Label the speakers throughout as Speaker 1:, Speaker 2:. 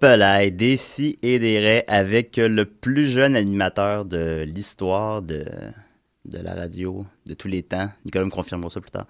Speaker 1: Pelaye, des si et des raies avec le plus jeune animateur de l'histoire de, de la radio de tous les temps. Nicolas me confirmera ça plus tard.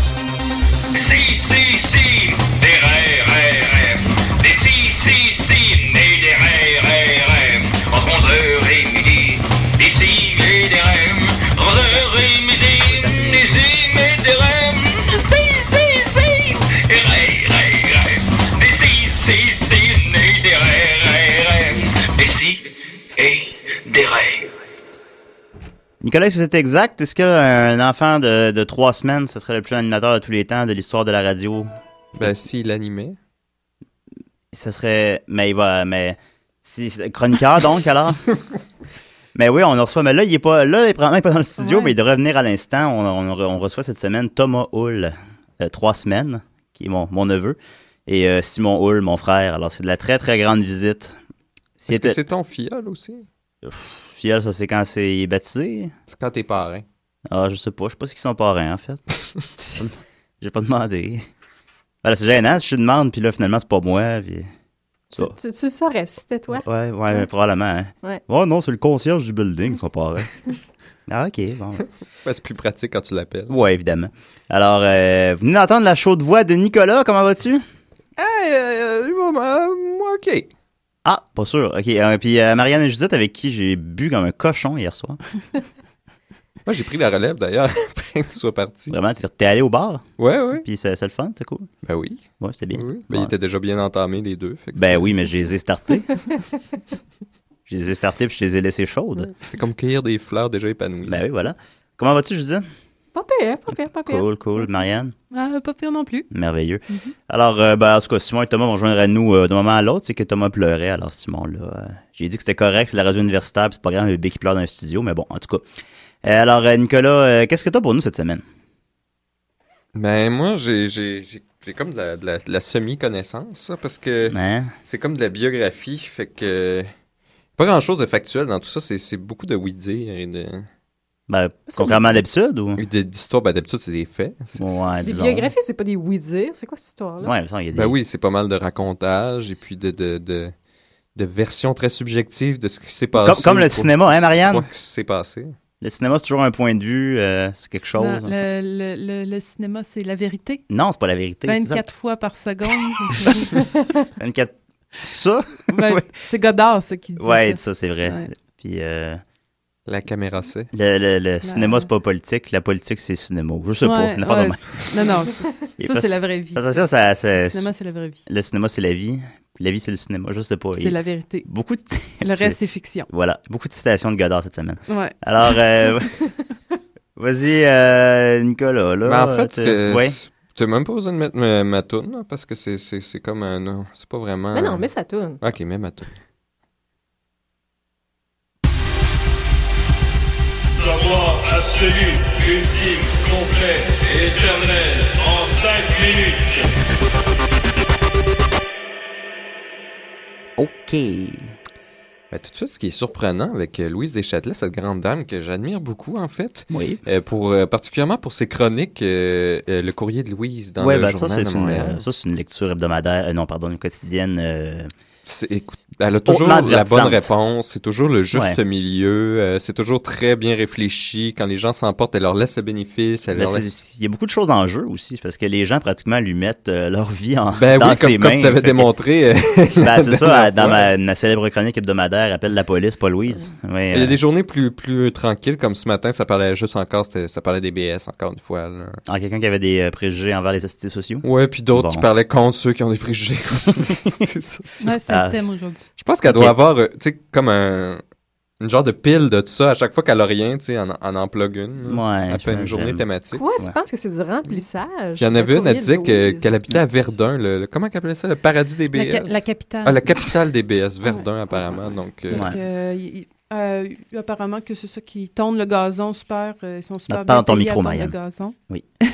Speaker 2: Si, si, si, des rêves, rêves, rêves. Des si, si, si, nés des rêves, rêves, rêves. Entre 11h et midi, des si et des rêves. Entre 11h et midi, des si et des rêves. Si, si, si, des rêves, rêves, rêves. Des si, si, si, nés des rêves, rêves, rêves. Des si et des rêves.
Speaker 1: Nicolas, si c'est exact, est-ce qu'un enfant de, de trois semaines, ce serait le plus jeune animateur de tous les temps de l'histoire de la radio?
Speaker 3: Ben, s'il animait.
Speaker 1: Ce serait. Mais il va. Mais. Si, c'est- chroniqueur, donc, alors? mais oui, on le reçoit. Mais là, il est pas. Là, il est probablement pas dans le studio,
Speaker 4: Ouais.
Speaker 1: mais il devrait venir à l'instant. On, on re- on reçoit cette semaine Thomas Hull, euh, trois semaines, qui est mon, mon neveu, et euh, Simon Hull, mon frère. Alors, c'est de la très, très grande visite. Si
Speaker 3: Est-ce que
Speaker 1: était
Speaker 3: c'est ton filleul aussi?
Speaker 1: fiel, ça, c'est quand c'est il est baptisé?
Speaker 3: C'est quand t'es parrain.
Speaker 1: Ah, je sais pas. Je sais pas ce qu'ils sont parrains, en fait. J'ai pas demandé. Voilà, c'est gênant. Je te demande, puis là, finalement, c'est pas moi. Puis...
Speaker 4: Tu, tu, tu le saurais si c'était toi.
Speaker 1: Ouais, ouais, mais probablement. hein.
Speaker 4: Ouais.
Speaker 1: Oh non, c'est le concierge du building, son parrain. ah, ok, bon.
Speaker 3: Ben, c'est plus pratique quand tu l'appelles.
Speaker 1: Ouais, évidemment. Alors, euh, vous venez d'entendre la chaude voix de Nicolas, comment vas-tu?
Speaker 3: Hey, euh, euh, euh, ok.
Speaker 1: Ah, pas sûr. Ok, euh, puis euh, Marianne et Judith, avec qui j'ai bu comme un cochon hier soir.
Speaker 3: Moi, j'ai pris la relève d'ailleurs après que tu sois parti.
Speaker 1: Vraiment, t'es t'es allé au bar,
Speaker 3: Ouais, ouais.
Speaker 1: puis c'est c'est le fun, c'est cool.
Speaker 3: Ben oui.
Speaker 1: Ouais,
Speaker 3: oui.
Speaker 1: c'était bien.
Speaker 3: Ben,
Speaker 1: Ouais.
Speaker 3: ils étaient déjà bien entamés, les deux. fait que
Speaker 1: Ben
Speaker 3: c'est-
Speaker 1: oui, mais je les ai startés. je les ai startés, puis je les ai laissés chaudes.
Speaker 3: C'est comme cueillir des fleurs déjà épanouies.
Speaker 1: Ben oui, voilà. Comment vas-tu, Judith?
Speaker 4: Pas pire, pas pire, pas pire.
Speaker 1: Cool, cool. Marianne?
Speaker 4: Ah, pas pire non plus.
Speaker 1: Merveilleux.
Speaker 5: Mhm.
Speaker 1: Alors, euh, ben, en tout cas, Simon et Thomas vont rejoindre à nous euh, d'un moment à l'autre. C'est que Thomas pleurait. Alors, Simon, là, euh, j'ai dit que c'était correct, c'est la radio universitaire, puis c'est pas grave, un bébé qui pleure dans un studio, mais bon, en tout cas. Euh, alors, euh, Nicolas, euh, qu'est-ce que t'as pour nous cette semaine?
Speaker 3: Ben, moi, j'ai, j'ai, j'ai, j'ai comme de la, de la- de la semi-connaissance, ça, parce que
Speaker 1: Hein?
Speaker 3: c'est comme de la biographie, fait que... Pas grand-chose de factuel dans tout ça, c'est, c'est beaucoup de oui-dire et de...
Speaker 1: Ben,
Speaker 4: C'est
Speaker 1: contrairement à l'habitude, ou?
Speaker 3: et de- d'histoire, ben d'habitude, c'est des faits. C'est-
Speaker 1: Ouais,
Speaker 4: Des
Speaker 1: disons.
Speaker 4: biographies, c'est pas des oui-dire. C'est quoi cette histoire-là?
Speaker 1: Ouais, il me semble qu'il y a des-
Speaker 3: Ben oui, c'est pas mal de racontages et puis de, de, de, de versions très subjectives de ce qui s'est passé.
Speaker 1: Comme- comme le
Speaker 3: Pour-
Speaker 1: cinéma, hein, Marianne?
Speaker 3: pour Ce qui s'est passé.
Speaker 1: Le cinéma, c'est toujours un point de vue, euh, c'est quelque chose.
Speaker 5: Non, Ben, le, le- le- le cinéma, c'est la vérité.
Speaker 1: Non, c'est pas la vérité. c'est ça.
Speaker 5: 24 fois par seconde.
Speaker 1: 24. Ça?
Speaker 5: Ben,
Speaker 1: Ouais.
Speaker 5: C'est Godard, ça, qui dit
Speaker 1: Ouais,
Speaker 5: ça.
Speaker 1: ça, c'est vrai.
Speaker 5: Ouais.
Speaker 1: Puis, euh,
Speaker 3: La caméra sait.
Speaker 1: le, le- le cinéma,
Speaker 5: La-
Speaker 1: c'est pas politique. La politique, c'est cinéma. Je sais pas.
Speaker 5: Ouais,
Speaker 1: une affaire de
Speaker 5: ouais.
Speaker 1: même.
Speaker 5: Non, non, ça,
Speaker 1: Et
Speaker 5: ça,
Speaker 1: parce-
Speaker 5: c'est la vraie vie.
Speaker 1: Attention, ça,
Speaker 5: Le
Speaker 1: ça,
Speaker 5: cinéma, c'est la vraie vie.
Speaker 1: Le cinéma, c'est la vie. puis La vie, c'est le cinéma. Je sais pas.
Speaker 5: C'est
Speaker 1: Il-
Speaker 5: la vérité.
Speaker 1: Beaucoup de...
Speaker 5: Le reste, c'est fiction.
Speaker 1: Voilà. Beaucoup de citations de Godard cette semaine.
Speaker 5: Ouais.
Speaker 1: Alors, euh, vas-y, euh, Nicolas. Là,
Speaker 3: Ben, en fait,
Speaker 1: tu-
Speaker 3: c'est que
Speaker 1: ouais.
Speaker 3: c'est- t'as même pas besoin de mettre ma, ma toune, là, parce que c'est- c'est c'est comme un... non, C'est pas
Speaker 1: Ah.
Speaker 3: vraiment...
Speaker 4: Mais non, mais ça tourne.
Speaker 3: Ok, mets ma toune.
Speaker 2: Savoir absolu, ultime, complet, éternel, en 5 minutes.
Speaker 1: OK.
Speaker 3: Ben, tout de suite, ce qui est surprenant avec euh, Louise Deschâtelet, cette grande dame que j'admire beaucoup, en fait,
Speaker 1: Oui.
Speaker 3: euh, pour, euh, particulièrement pour ses chroniques, euh, euh, Le courrier de Louise dans
Speaker 1: ouais,
Speaker 3: le
Speaker 1: ben, ça,
Speaker 3: journal
Speaker 1: c'est
Speaker 3: de
Speaker 1: une,
Speaker 3: Montréal.
Speaker 1: euh, ça, c'est une lecture hebdomadaire. euh, non, pardon, une quotidienne. euh,
Speaker 3: C'est- écoute, elle a toujours
Speaker 1: Hautement
Speaker 3: la bonne
Speaker 1: divertissante.
Speaker 3: réponse, c'est toujours le juste
Speaker 1: Ouais.
Speaker 3: milieu, euh, c'est toujours très bien réfléchi. Quand les gens s'emportent, elle leur laisse le bénéfice, elle
Speaker 1: là,
Speaker 3: leur
Speaker 1: ben, c'est-
Speaker 3: laisse...
Speaker 1: Il y a beaucoup de choses en jeu aussi, parce que les gens pratiquement lui mettent euh, leur vie en,
Speaker 3: Ben
Speaker 1: dans
Speaker 3: oui,
Speaker 1: ses
Speaker 3: comme,
Speaker 1: mains.
Speaker 3: comme t'avais
Speaker 1: Fait que-
Speaker 3: démontré. euh,
Speaker 1: Ben,
Speaker 3: la
Speaker 1: c'est ça,
Speaker 3: dernière
Speaker 1: euh, dans
Speaker 3: fois.
Speaker 1: ma, ma célèbre chronique hebdomadaire, appelle la police, pas Louise. Ouais,
Speaker 3: Il y a
Speaker 1: euh,
Speaker 3: des journées plus, plus tranquilles, comme ce matin, ça parlait juste encore, c'était- ça parlait des BS encore une fois. là.
Speaker 1: ah, quelqu'un qui avait des euh, préjugés envers les assistés sociaux.
Speaker 3: Ouais, puis d'autres
Speaker 1: Bon.
Speaker 3: qui parlaient contre ceux qui ont des préjugés. C'est ça, c'est-
Speaker 5: Ouais, c'est
Speaker 1: Ah.
Speaker 5: le thème aujourd'hui.
Speaker 3: Je pense qu'elle
Speaker 1: Ok.
Speaker 3: doit avoir, euh, tu sais, comme un... Une genre de pile de tout ça, à chaque fois qu'elle a rien, tu sais, en, en en plug une. là.
Speaker 1: Ouais,
Speaker 3: Elle fait une journée
Speaker 1: j'aime.
Speaker 3: thématique.
Speaker 4: Quoi, tu
Speaker 1: Ouais.
Speaker 4: penses que c'est du remplissage?
Speaker 3: Il y en avait
Speaker 4: Le
Speaker 3: une, elle
Speaker 4: courrier de
Speaker 3: disait que-
Speaker 4: Louise.
Speaker 3: qu'elle habitait à Verdun, le, le- comment qu'elle appelait ça, le paradis des
Speaker 5: La,
Speaker 3: BS.
Speaker 5: ca- la capitale.
Speaker 3: Ah, la capitale des BS, Verdun apparemment. Donc, euh,
Speaker 5: Parce
Speaker 1: Ouais.
Speaker 5: que, euh, il- euh, il- apparemment, que c'est ça qui tourne le gazon super. euh, ils sont super
Speaker 1: Parle
Speaker 5: bien
Speaker 1: dans ton
Speaker 5: payés
Speaker 1: micro,
Speaker 5: à tourner
Speaker 1: Marianne.
Speaker 5: le gazon.
Speaker 1: Oui.
Speaker 5: ils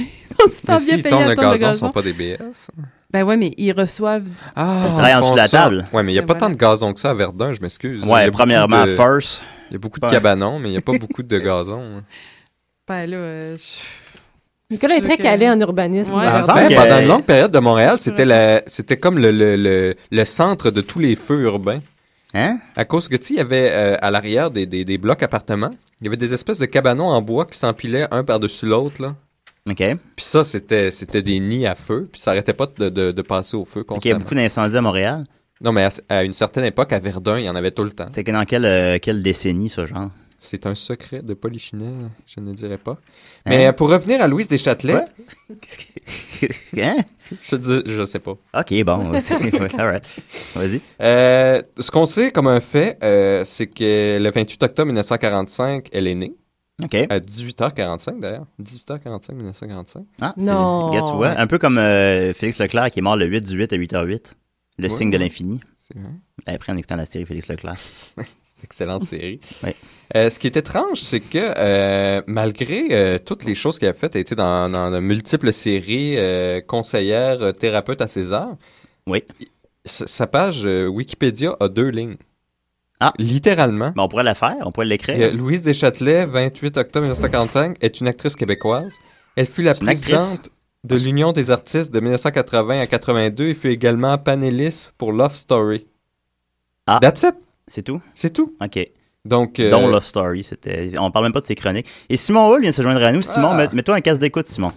Speaker 5: sont super bien
Speaker 3: mais s'ils
Speaker 5: payés
Speaker 3: tournent
Speaker 5: à
Speaker 3: le
Speaker 5: tourner le
Speaker 3: gazon, ce
Speaker 5: gazon.
Speaker 3: sont pas des BS.
Speaker 5: Ben ouais, mais ils reçoivent.
Speaker 3: Ah,
Speaker 5: Ils
Speaker 1: travaillent en
Speaker 3: ils font
Speaker 1: dessous de la
Speaker 3: ça.
Speaker 1: table.
Speaker 3: Ouais, mais il n'y a
Speaker 5: C'est
Speaker 3: pas
Speaker 5: voilà.
Speaker 3: tant de gazon que ça à Verdun, je m'excuse. Il y a
Speaker 1: Ouais,
Speaker 3: beaucoup
Speaker 1: premièrement,
Speaker 3: de-
Speaker 1: first.
Speaker 3: Il y a beaucoup de
Speaker 1: Ouais.
Speaker 3: cabanons, mais il n'y a pas beaucoup de gazon. hein.
Speaker 5: Ben là, euh, je-
Speaker 4: Nicolas est
Speaker 5: C'est
Speaker 4: très
Speaker 5: que-
Speaker 4: calé en urbanisme.
Speaker 5: Ouais.
Speaker 4: d'ailleurs.
Speaker 1: Dans le
Speaker 3: Ben,
Speaker 1: Ok.
Speaker 3: Pendant une longue période de Montréal, c'était la- c'était comme le, le- le- le centre de tous les feux urbains.
Speaker 1: Hein?
Speaker 3: À cause que, tu sais, il y avait euh, à l'arrière des, des- des blocs appartements, il y avait des espèces de cabanons en bois qui s'empilaient un par-dessus l'autre. là.
Speaker 1: OK. Donc,
Speaker 3: Puis ça, c'était c'était des nids à feu, puis ça n'arrêtait pas de, de- de passer au feu
Speaker 1: il y a
Speaker 3: constamment.
Speaker 1: beaucoup d'incendies à Montréal.
Speaker 3: Non, mais à, à une certaine époque, à Verdun, il y en avait tout le temps.
Speaker 1: C'est que dans quelle, euh, quelle décennie, ce genre?
Speaker 3: C'est un secret de Polichinelle, je ne dirais pas. Mais euh, pour revenir à Louise Deschâtelet,
Speaker 1: Hein? Ouais. Hein?
Speaker 3: je, dis- je sais pas.
Speaker 1: OK, bon. All right. Vas-y.
Speaker 3: Euh, ce qu'on sait comme un fait, euh, c'est que le 28 octobre 1945, elle est née,
Speaker 1: OK.
Speaker 3: à 18h45 d'ailleurs, 18h45, 1945.
Speaker 1: Ah, c'est-
Speaker 4: Non.
Speaker 1: Regarde, tu vois, un peu comme euh, Félix Leclerc qui est mort le 8 du 8 à 8h08. Le
Speaker 3: Ouais,
Speaker 1: signe de
Speaker 3: ouais.
Speaker 1: l'infini.
Speaker 3: C'est vrai.
Speaker 1: Après, en écoutant la série Félix Leclerc.
Speaker 3: Excellente série.
Speaker 1: Ouais.
Speaker 3: Euh, ce qui est étrange, c'est que euh, malgré euh, toutes les choses qu'elle a faites, elle a été dans, dans de multiples séries, euh, conseillère, euh, thérapeute à César.
Speaker 1: Oui.
Speaker 3: i- Sa sa page euh, Wikipédia a deux lignes.
Speaker 1: Ah.
Speaker 3: Littéralement.
Speaker 1: Mais on pourrait la faire, on pourrait
Speaker 3: Il y a
Speaker 1: l'écrire.
Speaker 3: Louise Deschâtelet, 28 octobre 1955, est une actrice québécoise. Elle fut la
Speaker 1: C'est une actrice. Ah.
Speaker 3: présidente de l'Union des artistes de 1980 à 82 et fut également panéliste pour Love Story.
Speaker 1: Ah.
Speaker 3: That's it.
Speaker 1: C'est tout?
Speaker 3: C'est tout.
Speaker 1: OK.
Speaker 3: Donc, euh,
Speaker 1: Dont Love Story, c'était. On parle même pas de ses chroniques. Et Simon Hull vient de se joindre à nous. Simon,
Speaker 3: Ah.
Speaker 1: mets- mets-toi un casque d'écoute, Simon.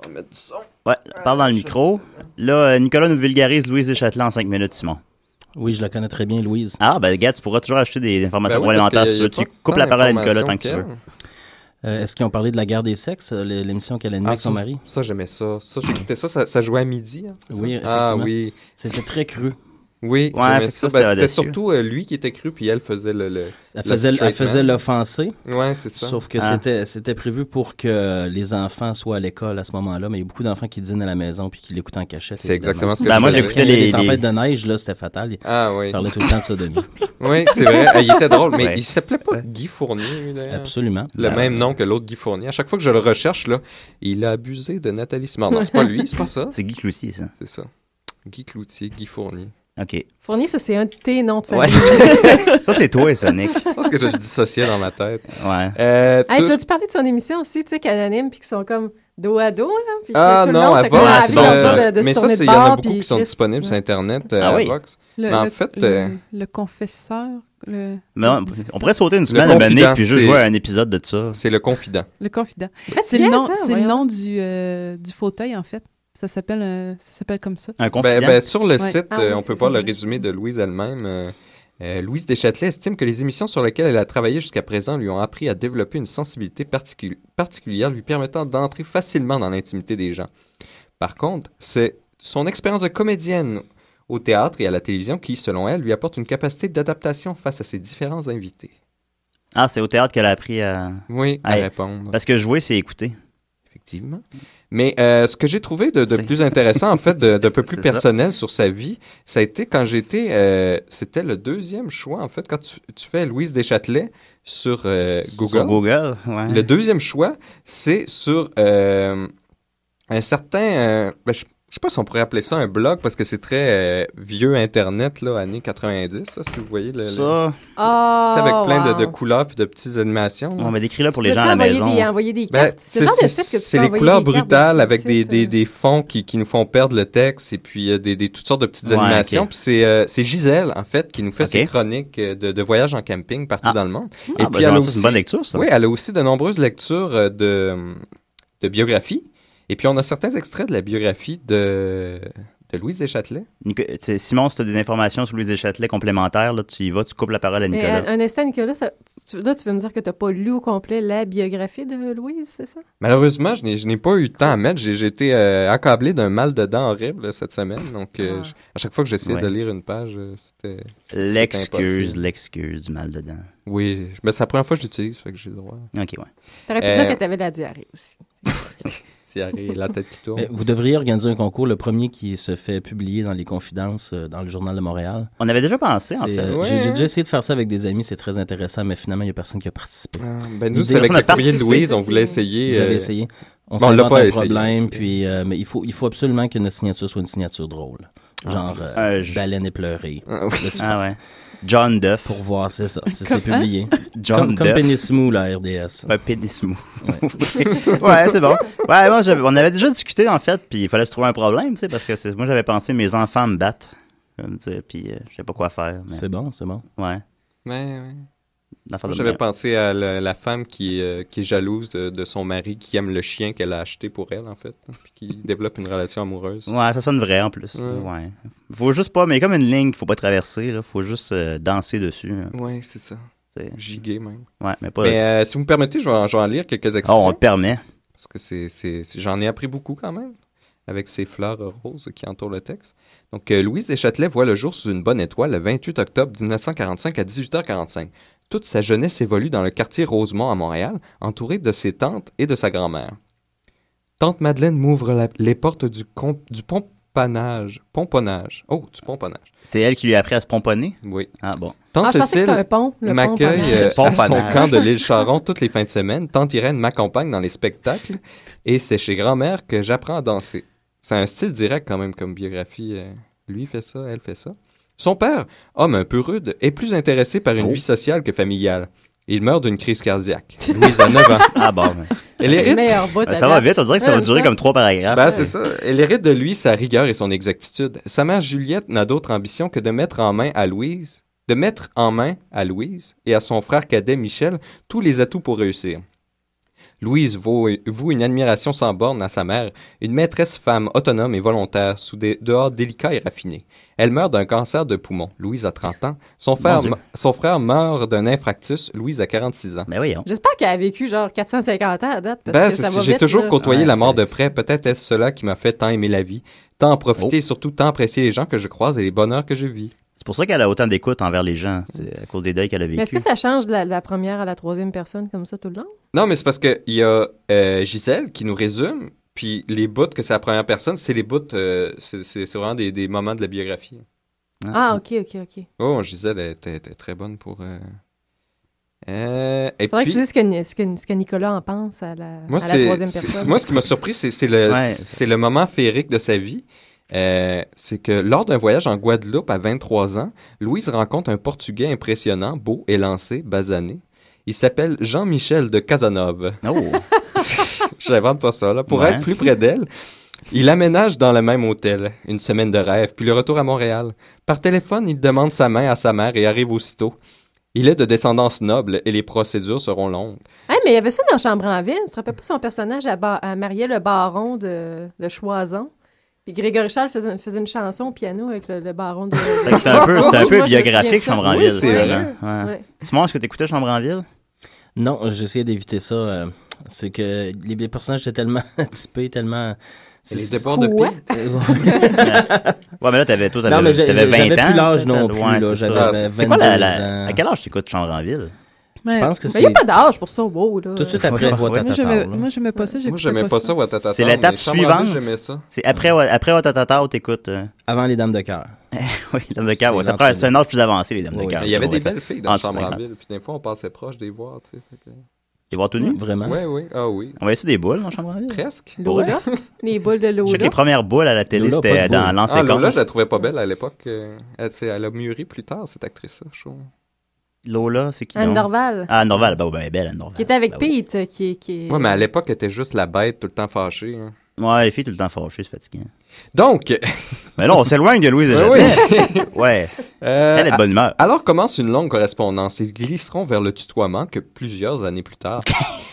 Speaker 3: on va mettre du son.
Speaker 1: Ouais, parle dans le micro. Là, euh, Nicolas nous vulgarise Louise Deschâtelet en 5 minutes, Simon.
Speaker 6: Oui, je la connais très bien, Louise.
Speaker 1: Ah, ben, gars, tu pourras toujours acheter des informations
Speaker 3: Ben oui, parce
Speaker 1: complémentaires
Speaker 3: qu'il
Speaker 1: si
Speaker 3: y a-
Speaker 1: tu veux.
Speaker 3: il y a
Speaker 1: Tu
Speaker 3: pas
Speaker 1: coupes
Speaker 3: tant
Speaker 1: la parole à Nicolas tant que tu
Speaker 3: d'informations
Speaker 1: veux.
Speaker 3: qu'elle.
Speaker 6: Euh, Est-ce qu'ils ont parlé de la guerre des sexes, euh, l'é- l'émission qu'elle animait
Speaker 3: Ah,
Speaker 6: avec son
Speaker 3: ça-
Speaker 6: mari?
Speaker 3: Ça, j'aimais ça. Ça, j'écoutais ça, ça. ça jouait à midi. hein, c'est ça?
Speaker 6: Oui,
Speaker 3: Ah
Speaker 6: effectivement.
Speaker 3: oui.
Speaker 6: C'était très cru.
Speaker 3: Oui,
Speaker 1: Ouais, fait
Speaker 3: j'aimais
Speaker 1: que
Speaker 3: ça.
Speaker 1: ça,
Speaker 3: Ben,
Speaker 1: c'était
Speaker 3: C'était
Speaker 1: audacieux.
Speaker 3: surtout euh, lui qui était cru, puis elle faisait le. le-
Speaker 6: Elle
Speaker 3: Le
Speaker 6: faisait, elle
Speaker 3: straight
Speaker 6: faisait
Speaker 3: man.
Speaker 6: l'offensé,
Speaker 3: Ouais, c'est ça.
Speaker 6: sauf que
Speaker 1: Ah.
Speaker 6: c'était, c'était prévu pour que les enfants soient à l'école à ce moment-là, mais il y a beaucoup d'enfants qui dînent à la maison puis qui l'écoutent en cachette.
Speaker 3: C'est
Speaker 6: évidemment.
Speaker 3: exactement ce que
Speaker 1: Ben,
Speaker 3: je
Speaker 1: moi,
Speaker 3: faisais.
Speaker 1: j'écoutais
Speaker 6: Quand il y a
Speaker 1: les-
Speaker 6: des tempêtes de neige, là, c'était fatal. Il
Speaker 3: Ah oui.
Speaker 6: parlait tout le temps de sodomie.
Speaker 3: Oui, c'est vrai. Euh, Il était drôle, mais
Speaker 1: Ouais.
Speaker 3: il s'appelait pas Guy Fournier, lui, d'ailleurs.
Speaker 6: Absolument.
Speaker 3: Le
Speaker 1: Ben,
Speaker 3: même nom que l'autre Guy Fournier. À chaque fois que je le recherche, là, il a abusé de Nathalie Simard. Non, c'est pas lui, c'est pas ça.
Speaker 1: C'est Guy Cloutier, ça.
Speaker 3: C'est ça. Guy Cloutier, Guy Fournier.
Speaker 1: OK.
Speaker 4: Fournier, ça, c'est un de tes noms de
Speaker 1: Ouais.
Speaker 4: famille.
Speaker 1: ça, c'est toi, ça, Nick.
Speaker 3: Je pense que je le dissociais dans ma tête.
Speaker 1: Ouais.
Speaker 3: Euh,
Speaker 4: Hey,
Speaker 3: tout-
Speaker 4: tu as-tu parlé de son émission aussi, tu sais, qu'elle anime, puis qui sont comme dos à dos, là? Puis
Speaker 3: Ah
Speaker 4: tout le
Speaker 3: non,
Speaker 4: long,
Speaker 3: à
Speaker 4: t'as
Speaker 3: Vox,
Speaker 4: comme
Speaker 1: Ah,
Speaker 4: envie
Speaker 1: c'est
Speaker 3: euh,
Speaker 1: bon,
Speaker 4: de-
Speaker 1: ça.
Speaker 4: de, de
Speaker 3: mais
Speaker 4: se
Speaker 3: ça,
Speaker 4: tourner de
Speaker 3: c'est- il y en a
Speaker 4: bord,
Speaker 3: beaucoup
Speaker 4: puis
Speaker 3: qui sont
Speaker 4: Chris-
Speaker 3: disponibles sur Internet, euh,
Speaker 1: Ah
Speaker 3: à
Speaker 1: oui.
Speaker 3: Vox.
Speaker 5: le,
Speaker 3: Mais en
Speaker 5: le-
Speaker 3: fait,
Speaker 5: le,
Speaker 3: euh,
Speaker 5: le confesseur, le,
Speaker 1: Mais on, on pourrait sauter une semaine
Speaker 3: Le
Speaker 1: à mener
Speaker 3: confident,
Speaker 1: puis juste
Speaker 3: c'est-
Speaker 1: jouer à un épisode de ça.
Speaker 3: C'est le confident.
Speaker 5: le confident.
Speaker 4: C'est
Speaker 5: C'est le
Speaker 4: fatigant,
Speaker 5: nom,
Speaker 4: ça,
Speaker 5: c'est le
Speaker 4: hein, voyons.
Speaker 5: nom du, euh, du fauteuil en fait. Ça s'appelle, euh, ça s'appelle comme ça.
Speaker 1: Un confident.
Speaker 3: Ben, ben, sur le
Speaker 5: Ouais.
Speaker 3: site,
Speaker 4: Ah
Speaker 3: euh,
Speaker 4: oui,
Speaker 3: on
Speaker 4: c'est
Speaker 3: peut voir
Speaker 4: ça.
Speaker 3: le résumé de Louise elle-même. Euh, euh, Louise Deschâtelet estime que les émissions sur lesquelles elle a travaillé jusqu'à présent lui ont appris à développer une sensibilité particu- particulière lui permettant d'entrer facilement dans l'intimité des gens. Par contre, c'est son expérience de comédienne au théâtre et à la télévision qui, selon elle, lui apporte une capacité d'adaptation face à ses différents invités.
Speaker 1: Ah, c'est au théâtre qu'elle a appris à.
Speaker 3: Oui, à
Speaker 1: Aïe.
Speaker 3: répondre.
Speaker 1: Parce que jouer, c'est écouter.
Speaker 3: Effectivement. Mais euh, ce que j'ai trouvé de, de
Speaker 1: C'est-
Speaker 3: plus intéressant, en fait, de- d'un peu plus
Speaker 1: C'est ça.
Speaker 3: personnel sur sa vie, ça a été quand j'étais... euh, C'était le deuxième choix, en fait, quand tu, tu fais Louise Deschâtelet sur euh, Google.
Speaker 1: Sur Google, ouais.
Speaker 3: Le deuxième choix, c'est sur euh, un certain... euh, ben, je je sais pas si on pourrait appeler ça un blog, parce que c'est très euh, vieux Internet, là, années 90, ça, si vous voyez le... le-
Speaker 1: Ça,
Speaker 4: Ah,
Speaker 3: tu sais, avec plein de, de
Speaker 4: wow.
Speaker 3: couleurs puis de petites animations. là.
Speaker 1: on m'a décrit là pour
Speaker 4: Tu
Speaker 1: les gens à la
Speaker 4: peux-tu
Speaker 1: maison. Ah,
Speaker 4: envoyer Des, envoyer des
Speaker 3: Ben,
Speaker 4: cartes. c'est le genre de
Speaker 3: c'est-
Speaker 4: site que tu
Speaker 3: c'est
Speaker 4: peux
Speaker 3: les
Speaker 4: envoyer
Speaker 3: couleurs
Speaker 4: des cartes euh,
Speaker 3: brutales
Speaker 4: dessus,
Speaker 3: avec
Speaker 4: c'est-
Speaker 3: des, des, des fonds qui, qui nous font perdre le texte et puis euh, des, des- toutes sortes de petites
Speaker 1: Ouais,
Speaker 3: animations.
Speaker 1: ok.
Speaker 3: Puis c'est euh, c'est Gisèle, en fait, qui nous fait
Speaker 1: Ok.
Speaker 3: ses chroniques euh, de, de voyages en camping partout
Speaker 1: Ah.
Speaker 3: dans le monde.
Speaker 1: Ah,
Speaker 3: et
Speaker 1: ben,
Speaker 3: puis elle a
Speaker 1: genre, ça,
Speaker 3: aussi-
Speaker 1: c'est une bonne lecture, ça.
Speaker 3: Oui, elle a aussi de nombreuses lectures euh, de, de biographies. Et puis on a certains extraits de la biographie de, de Louise Deschâtelet.
Speaker 1: Nico- tu sais, Simon, si tu as des informations sur Louise Deschâtelet complémentaires, là, tu y vas, tu coupes la parole à
Speaker 4: Mais euh,
Speaker 1: Nicolas.
Speaker 3: Euh,
Speaker 4: un, un instant, Nicolas, ça- tu- là, tu veux me dire que tu n'as pas lu au complet la biographie de Louise, c'est ça?
Speaker 3: Malheureusement, je n'ai- je n'ai pas eu le temps à mettre. J'ai j'ai été euh, accablé d'un mal de dents horrible là, cette semaine. Donc, euh,
Speaker 4: Ah.
Speaker 3: je- à chaque fois que j'essayais
Speaker 1: Ouais.
Speaker 3: de lire une page, euh, c'était... c'est
Speaker 1: L'excuse,
Speaker 3: impossible.
Speaker 1: l'excuse du mal dedans.
Speaker 3: Oui, mais c'est la première fois que je l'utilise, fait que j'ai le droit.
Speaker 1: OK, ouais.
Speaker 4: Tu aurais pu
Speaker 3: Euh,
Speaker 4: dire que tu avais la diarrhée aussi.
Speaker 3: la tête qui tourne.
Speaker 6: Mais vous devriez organiser un concours, le premier qui se fait publier dans les confidences euh, dans le Journal de Montréal.
Speaker 1: On avait déjà pensé, en
Speaker 6: C'est,
Speaker 1: fait.
Speaker 6: euh,
Speaker 3: Ouais,
Speaker 6: j'ai, j'ai
Speaker 3: hein.
Speaker 6: déjà essayé de faire ça avec des amis, c'est très intéressant, mais finalement, il n'y a personne qui a participé.
Speaker 3: ben nous,
Speaker 6: L'idée-
Speaker 3: c'est avec
Speaker 1: On a
Speaker 3: le courrier de
Speaker 1: participé,
Speaker 3: Louise,
Speaker 4: ça,
Speaker 3: on voulait
Speaker 4: c'est-
Speaker 3: essayer.
Speaker 6: Vous avez
Speaker 3: euh,
Speaker 6: essayé. On
Speaker 3: Bon, on l'a
Speaker 6: s'invente
Speaker 3: pas
Speaker 6: un
Speaker 3: essayé.
Speaker 6: problème, puis euh, mais il faut, il faut absolument que notre signature soit une signature drôle. Genre euh,
Speaker 1: Euh, je-
Speaker 6: baleine éplorée.
Speaker 3: Ah oui.
Speaker 6: Là, tu-
Speaker 1: Ah ouais. John Duff.
Speaker 6: Pour voir, c'est ça. C'est c'est publié.
Speaker 1: John
Speaker 6: comme comme
Speaker 1: Duff.
Speaker 6: Penis Mou, là, RDS.
Speaker 1: Un pénis mou. ouais, c'est bon. Ouais, moi, j'avais- on avait déjà discuté, en fait, puis il fallait se trouver un problème, tu sais, parce que c'est- moi, j'avais pensé, mes enfants me battent. Comme dire, puis euh, je sais pas quoi faire. Mais,
Speaker 6: C'est bon, c'est bon.
Speaker 1: ouais.
Speaker 3: Ouais, ouais.
Speaker 1: Une affaire
Speaker 3: Moi,
Speaker 1: de
Speaker 3: J'avais
Speaker 1: merde.
Speaker 3: pensé à la, la femme qui, euh, qui est jalouse de, de son mari qui aime le chien qu'elle a acheté pour elle, en fait, hein, puis qui développe une relation amoureuse.
Speaker 1: Ouais, ça sonne vrai en plus.
Speaker 3: Ouais.
Speaker 1: Ouais. Faut juste pas, mais comme une ligne qu'il faut pas traverser, là, faut juste euh, danser dessus. hein,
Speaker 3: Ouais, c'est ça.
Speaker 1: tu sais.
Speaker 3: Gigué, même.
Speaker 1: Ouais, mais pas.
Speaker 3: Mais euh, si vous me permettez, je vais en, je vais en lire quelques
Speaker 1: oh,
Speaker 3: extraits.
Speaker 1: on te permet.
Speaker 3: Parce que c'est, c'est- c'est- j'en ai appris beaucoup quand même, avec ces fleurs roses qui entourent le texte. Donc, euh, Louise Deschâtelet voit le jour sous une bonne étoile le 28 octobre 1945 à 18h45. Toute sa jeunesse évolue dans le quartier Rosemont à Montréal, entourée de ses tantes et de sa grand-mère. Tante Madeleine m'ouvre la- les portes du, com- du pompannage. Pomponnage. Oh, du pomponnage.
Speaker 1: C'est elle qui lui a appris à se pomponner.
Speaker 3: Oui.
Speaker 1: Ah bon.
Speaker 3: Tante
Speaker 4: Ah, je pensais que
Speaker 3: Cécile-
Speaker 4: c'était un pont, le pont.
Speaker 3: m'accueille
Speaker 4: pendant-
Speaker 3: euh,
Speaker 1: Le pont
Speaker 3: à son
Speaker 1: Panache.
Speaker 3: camp de l'île Charon toutes les fins de semaine. Tante Irène m'accompagne dans les spectacles et c'est chez grand-mère que j'apprends à danser. C'est un style direct quand même comme biographie. euh, Lui fait ça, elle fait ça. Son père, homme un peu rude, est plus intéressé par une vie sociale que familiale. Il meurt d'une crise cardiaque. Louise a 9 ans.
Speaker 1: Ah bon. ben.
Speaker 3: Elle
Speaker 4: C'est le
Speaker 3: hérite
Speaker 4: meilleur bout
Speaker 1: Ben, ça va vite, on dirait que ça
Speaker 4: Ouais,
Speaker 1: va
Speaker 4: mais
Speaker 1: durer
Speaker 4: ça-
Speaker 1: comme trois paragraphes.
Speaker 3: ben, c'est ça. Elle hérite de lui sa rigueur et son exactitude. Sa mère Juliette n'a d'autre ambition que de mettre en main à Louise, de mettre en main à Louise et à son frère cadet Michel tous les atouts pour réussir. Louise vaut, voue une admiration sans borne à sa mère, une maîtresse femme autonome et volontaire, sous des dehors délicats et raffinés. Elle meurt d'un cancer de poumon. Louise a 30 ans. Son frère,
Speaker 1: Dieu.
Speaker 3: me- son frère meurt d'un infractus. Louise a 46 ans.
Speaker 1: Mais Ben, voyons.
Speaker 4: J'espère qu'elle a vécu genre 450 ans à date. Parce
Speaker 3: Ben,
Speaker 4: que
Speaker 3: c'est
Speaker 4: ça
Speaker 3: ça,
Speaker 4: va
Speaker 3: j'ai
Speaker 4: vite,
Speaker 3: toujours
Speaker 4: là.
Speaker 3: côtoyé
Speaker 1: Ouais,
Speaker 3: la mort
Speaker 1: c'est-
Speaker 3: de près. Peut-être est-ce cela qui m'a fait tant aimer la vie, tant en
Speaker 1: Oh.
Speaker 3: profiter et surtout tant apprécier les gens que je croise et les bonheurs que je vis.
Speaker 1: C'est pour ça qu'elle a autant d'écoute envers les gens. C'est à cause des deuils qu'elle a vécu.
Speaker 4: Mais est-ce que ça change de la, de la première à la troisième personne comme ça tout le long?
Speaker 3: Non, mais c'est parce qu'il y a euh, Gisèle qui nous résume, puis les bouts que c'est la première personne, c'est les bouts, euh, c'est c'est- c'est vraiment des, des moments de la biographie.
Speaker 4: Ah, ok, ok, ok.
Speaker 3: Oh, Gisèle elle était, était très bonne pour... euh, euh, et
Speaker 4: Faudrait
Speaker 3: puis,
Speaker 4: que tu dises ce que, Ni- ce, que, ce que Nicolas en pense à la,
Speaker 3: moi,
Speaker 4: à la
Speaker 3: c'est-
Speaker 4: troisième
Speaker 3: c'est-
Speaker 4: personne.
Speaker 3: moi, ce qui m'a surpris, c'est c'est le,
Speaker 1: Ouais.
Speaker 3: c'est le moment féerique de sa vie. Euh, c'est que lors d'un voyage en Guadeloupe à 23 ans, Louise rencontre un Portugais impressionnant, beau, élancé, basané. Il s'appelle Jean-Michel de Casanova.
Speaker 1: Oh,
Speaker 3: J'invente pas ça, là. Pour
Speaker 1: Ouais.
Speaker 3: être plus près d'elle, il aménage dans le même hôtel. Une semaine de rêve, puis le retour à Montréal. Par téléphone, il demande sa main à sa mère et arrive aussitôt. Il est de descendance noble et les procédures seront longues.
Speaker 4: Hey, mais il y avait ça dans Chambre en ville. Tu te rappelles pas son personnage à, Ba- à Marielle le baron de, de Choison? Puis Grégory Charles faisait, faisait une chanson au piano avec le, le baron de.
Speaker 1: Fait que c'était un peu, c'était un
Speaker 4: Moi, je
Speaker 1: peu
Speaker 4: me souviens
Speaker 1: biographique,
Speaker 4: de ça.
Speaker 1: Chambre en
Speaker 3: Oui,
Speaker 1: ville.
Speaker 3: c'est
Speaker 1: vraiment. Ouais.
Speaker 4: Ouais.
Speaker 1: Simon, est-ce que t'écoutais Chambre en ville?
Speaker 6: Non, j'essayais d'éviter ça. euh, c'est que les, les personnages étaient tellement typés, tellement. c'est-
Speaker 3: Les
Speaker 6: c'est-
Speaker 3: débords de
Speaker 4: quoi?
Speaker 3: piste.
Speaker 1: Ouais, mais là, t'avais, toi,
Speaker 6: Non, mais j'ai-
Speaker 1: t'avais, t'avais 20 ans.
Speaker 6: j'avais plus l'âge non
Speaker 1: peut-être.
Speaker 6: plus, là,
Speaker 1: Ouais, c'est ça.
Speaker 6: j'avais
Speaker 1: C'est- C'est quoi la,
Speaker 6: 22
Speaker 1: la-
Speaker 6: ans.
Speaker 1: À quelle âge t'écoutes Chambre en ville?
Speaker 5: Mais
Speaker 6: Je pense que
Speaker 4: Mais il n'y
Speaker 6: c'est
Speaker 4: a pas d'âge pour ça, wow, là.
Speaker 6: tout de suite après
Speaker 1: Ouais, ouais.
Speaker 5: Moi,
Speaker 6: Ouattatata,
Speaker 5: j'aimais-
Speaker 6: là.
Speaker 5: moi, j'aimais pas ça.
Speaker 3: Moi,
Speaker 5: j'écoutais
Speaker 3: j'aimais pas ça, Ouattatata.
Speaker 1: C'est l'étape
Speaker 3: mais Chambre à deux,
Speaker 1: suivante.
Speaker 3: J'aimais ça.
Speaker 1: C'est après, après Watatata où t'écoutes. euh,
Speaker 6: Avant les Dames de cœur.
Speaker 1: Oui, les dames de cœur.
Speaker 6: C'est
Speaker 1: ouais, ça
Speaker 6: les
Speaker 1: prend-
Speaker 6: entre-
Speaker 1: C'est un âge plus avancé, les dames de
Speaker 6: Oui,
Speaker 1: cœur.
Speaker 3: Il y avait
Speaker 1: je
Speaker 3: des
Speaker 1: trouvais Ah, ça.
Speaker 3: belles filles dans
Speaker 1: En dessous de
Speaker 3: Chambre en
Speaker 1: 50.
Speaker 3: ville. Puis des fois, on passait proche des voir. tu sais, fait que-
Speaker 1: Des boîtes tout nues?
Speaker 6: Vraiment.
Speaker 3: Mmh. Ouais, oui. Ah oui.
Speaker 1: On voyait ça des boules dans Chambre en ville?
Speaker 3: Presque.
Speaker 4: Lola. Les boules de
Speaker 1: Je sais que les
Speaker 4: Lola.
Speaker 1: premières boules à la télé,
Speaker 6: Lola, pas
Speaker 1: c'était
Speaker 6: de
Speaker 1: dans
Speaker 6: boules.
Speaker 1: l'ancien
Speaker 3: Ah, Lola,
Speaker 1: Lola,
Speaker 3: je la trouvais pas belle à l'époque. Euh, Elle, s'est- elle a mûri plus tard, cette actrice-là, je trouve.
Speaker 1: Lola, c'est qui?
Speaker 4: Anne
Speaker 1: donc?
Speaker 4: Dorval.
Speaker 1: Ah, Anne Dorval. Ben, oui, ben, elle est belle, Anne Dorval.
Speaker 4: Qui était avec
Speaker 1: Ben oui.
Speaker 4: Pete, euh, qui, qui est.
Speaker 3: Ouais, mais à l'époque, elle était juste la bête, tout le temps fâchée. hein.
Speaker 1: Ouais, les filles tout le temps fâchées, c'est fatiguant.
Speaker 3: Donc,
Speaker 1: Mais là, on s'éloigne de Louise et
Speaker 3: Ben oui.
Speaker 1: Jacqueline. Ouais.
Speaker 3: euh,
Speaker 1: Elle est de bonne humeur.
Speaker 3: Alors commence une longue correspondance. Ils glisseront vers le tutoiement que plusieurs années plus tard.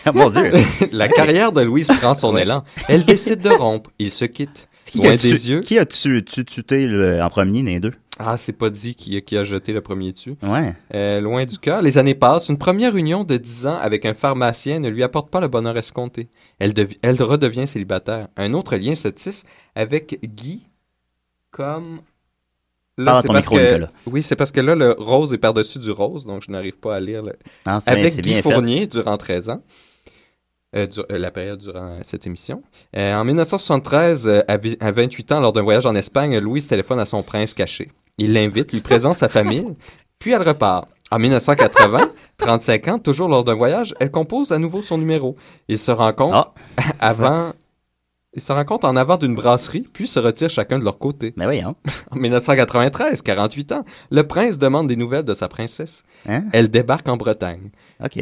Speaker 1: Ah, Mon Dieu.
Speaker 3: La carrière de Louise prend son élan. Elle décide de rompre. Ils se quittent.
Speaker 1: Qui
Speaker 3: Loin
Speaker 1: a, tu,
Speaker 3: des yeux.
Speaker 1: qui a tu, tu, tuté le- en premier, les deux?
Speaker 3: Ah, c'est pas dit qui, qui a jeté le premier dessus.
Speaker 1: Ouais.
Speaker 3: Euh, loin du cœur, les années passent. Une première union de 10 ans avec un pharmacien ne lui apporte pas le bonheur escompté. Elle, devi- elle redevient célibataire. Un autre lien se tisse avec Guy comme...
Speaker 1: Parle à ton micro,
Speaker 3: que...
Speaker 1: Nicolas.
Speaker 3: Oui, c'est parce que là, le rose est par-dessus du rose, donc je n'arrive pas à lire le,
Speaker 1: Non, c'est bien,
Speaker 3: avec
Speaker 1: c'est
Speaker 3: Guy
Speaker 1: bien fait.
Speaker 3: Fournier durant 13 ans. Euh, du- euh, la période durant euh, cette émission. Euh, en 1973, euh, à, vi- à 28 ans, lors d'un voyage en Espagne, Louise téléphone à son prince caché. Il l'invite, lui présente sa famille, puis elle repart. En 1980, 35 ans, toujours lors d'un voyage, elle compose à nouveau son numéro. Il se rencontre
Speaker 1: Ah.
Speaker 3: avant... Ils se rencontrent en avant d'une brasserie, puis se retirent chacun de leur côté.
Speaker 1: Mais Ben, voyons.
Speaker 3: En 1993, 48 ans, le prince demande des nouvelles de sa princesse.
Speaker 1: Hein?
Speaker 3: Elle débarque en Bretagne.
Speaker 1: OK.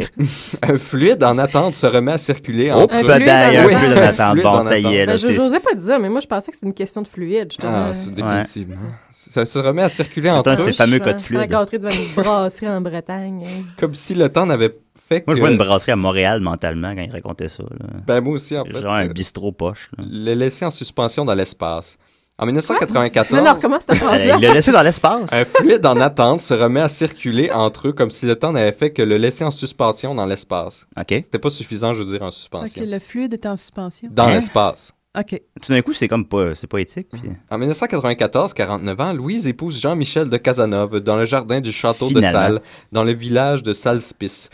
Speaker 3: Un fluide en attente se remet à circuler
Speaker 1: Oh,
Speaker 3: entre...
Speaker 4: Un
Speaker 1: peut-être,
Speaker 4: fluide en
Speaker 1: un peu
Speaker 3: attente.
Speaker 1: de l'attente.
Speaker 3: Fluide
Speaker 1: Bon,
Speaker 3: en
Speaker 1: ça y
Speaker 4: Ben,
Speaker 1: est, là.
Speaker 4: je
Speaker 1: c'est-
Speaker 4: n'osais pas dire ça, mais moi, je pensais que c'était une question de fluide. justement.
Speaker 3: Ah, c'est définitivement. Ça se remet à circuler
Speaker 1: Ah, C'est
Speaker 3: entre
Speaker 1: un de
Speaker 3: eux,
Speaker 1: ces fameux
Speaker 4: Touche, hein,
Speaker 1: codes fluides.
Speaker 4: s'encadrer devant une brasserie en Bretagne. hein.
Speaker 3: comme si le temps n'avait fait que...
Speaker 1: Moi, je vois une brasserie à Montréal mentalement quand il racontait ça. là.
Speaker 3: Ben, moi aussi, en fait.
Speaker 1: Genre un bistrot poche. là.
Speaker 3: le laisser en suspension dans l'espace. En
Speaker 4: Non, non,
Speaker 3: 1994,
Speaker 4: comment cette
Speaker 1: Euh,
Speaker 4: phrase-là?
Speaker 1: Il l'a laissé dans l'espace.
Speaker 3: un fluide en attente se remet à circuler entre eux comme si le temps n'avait fait que le laisser en suspension dans l'espace.
Speaker 1: OK.
Speaker 3: C'était pas suffisant, je veux dire, en
Speaker 5: OK,
Speaker 3: suspension.
Speaker 5: le fluide est en suspension.
Speaker 3: Dans
Speaker 1: Hein?
Speaker 3: l'espace.
Speaker 5: OK.
Speaker 1: Tout d'un coup, c'est comme pas, c'est pas éthique. puis-
Speaker 3: En 1994, 49 ans, Louise épouse Jean-Michel de Casanova dans le jardin du château de
Speaker 1: Finalement.
Speaker 3: Salles, dans le village de Salspice.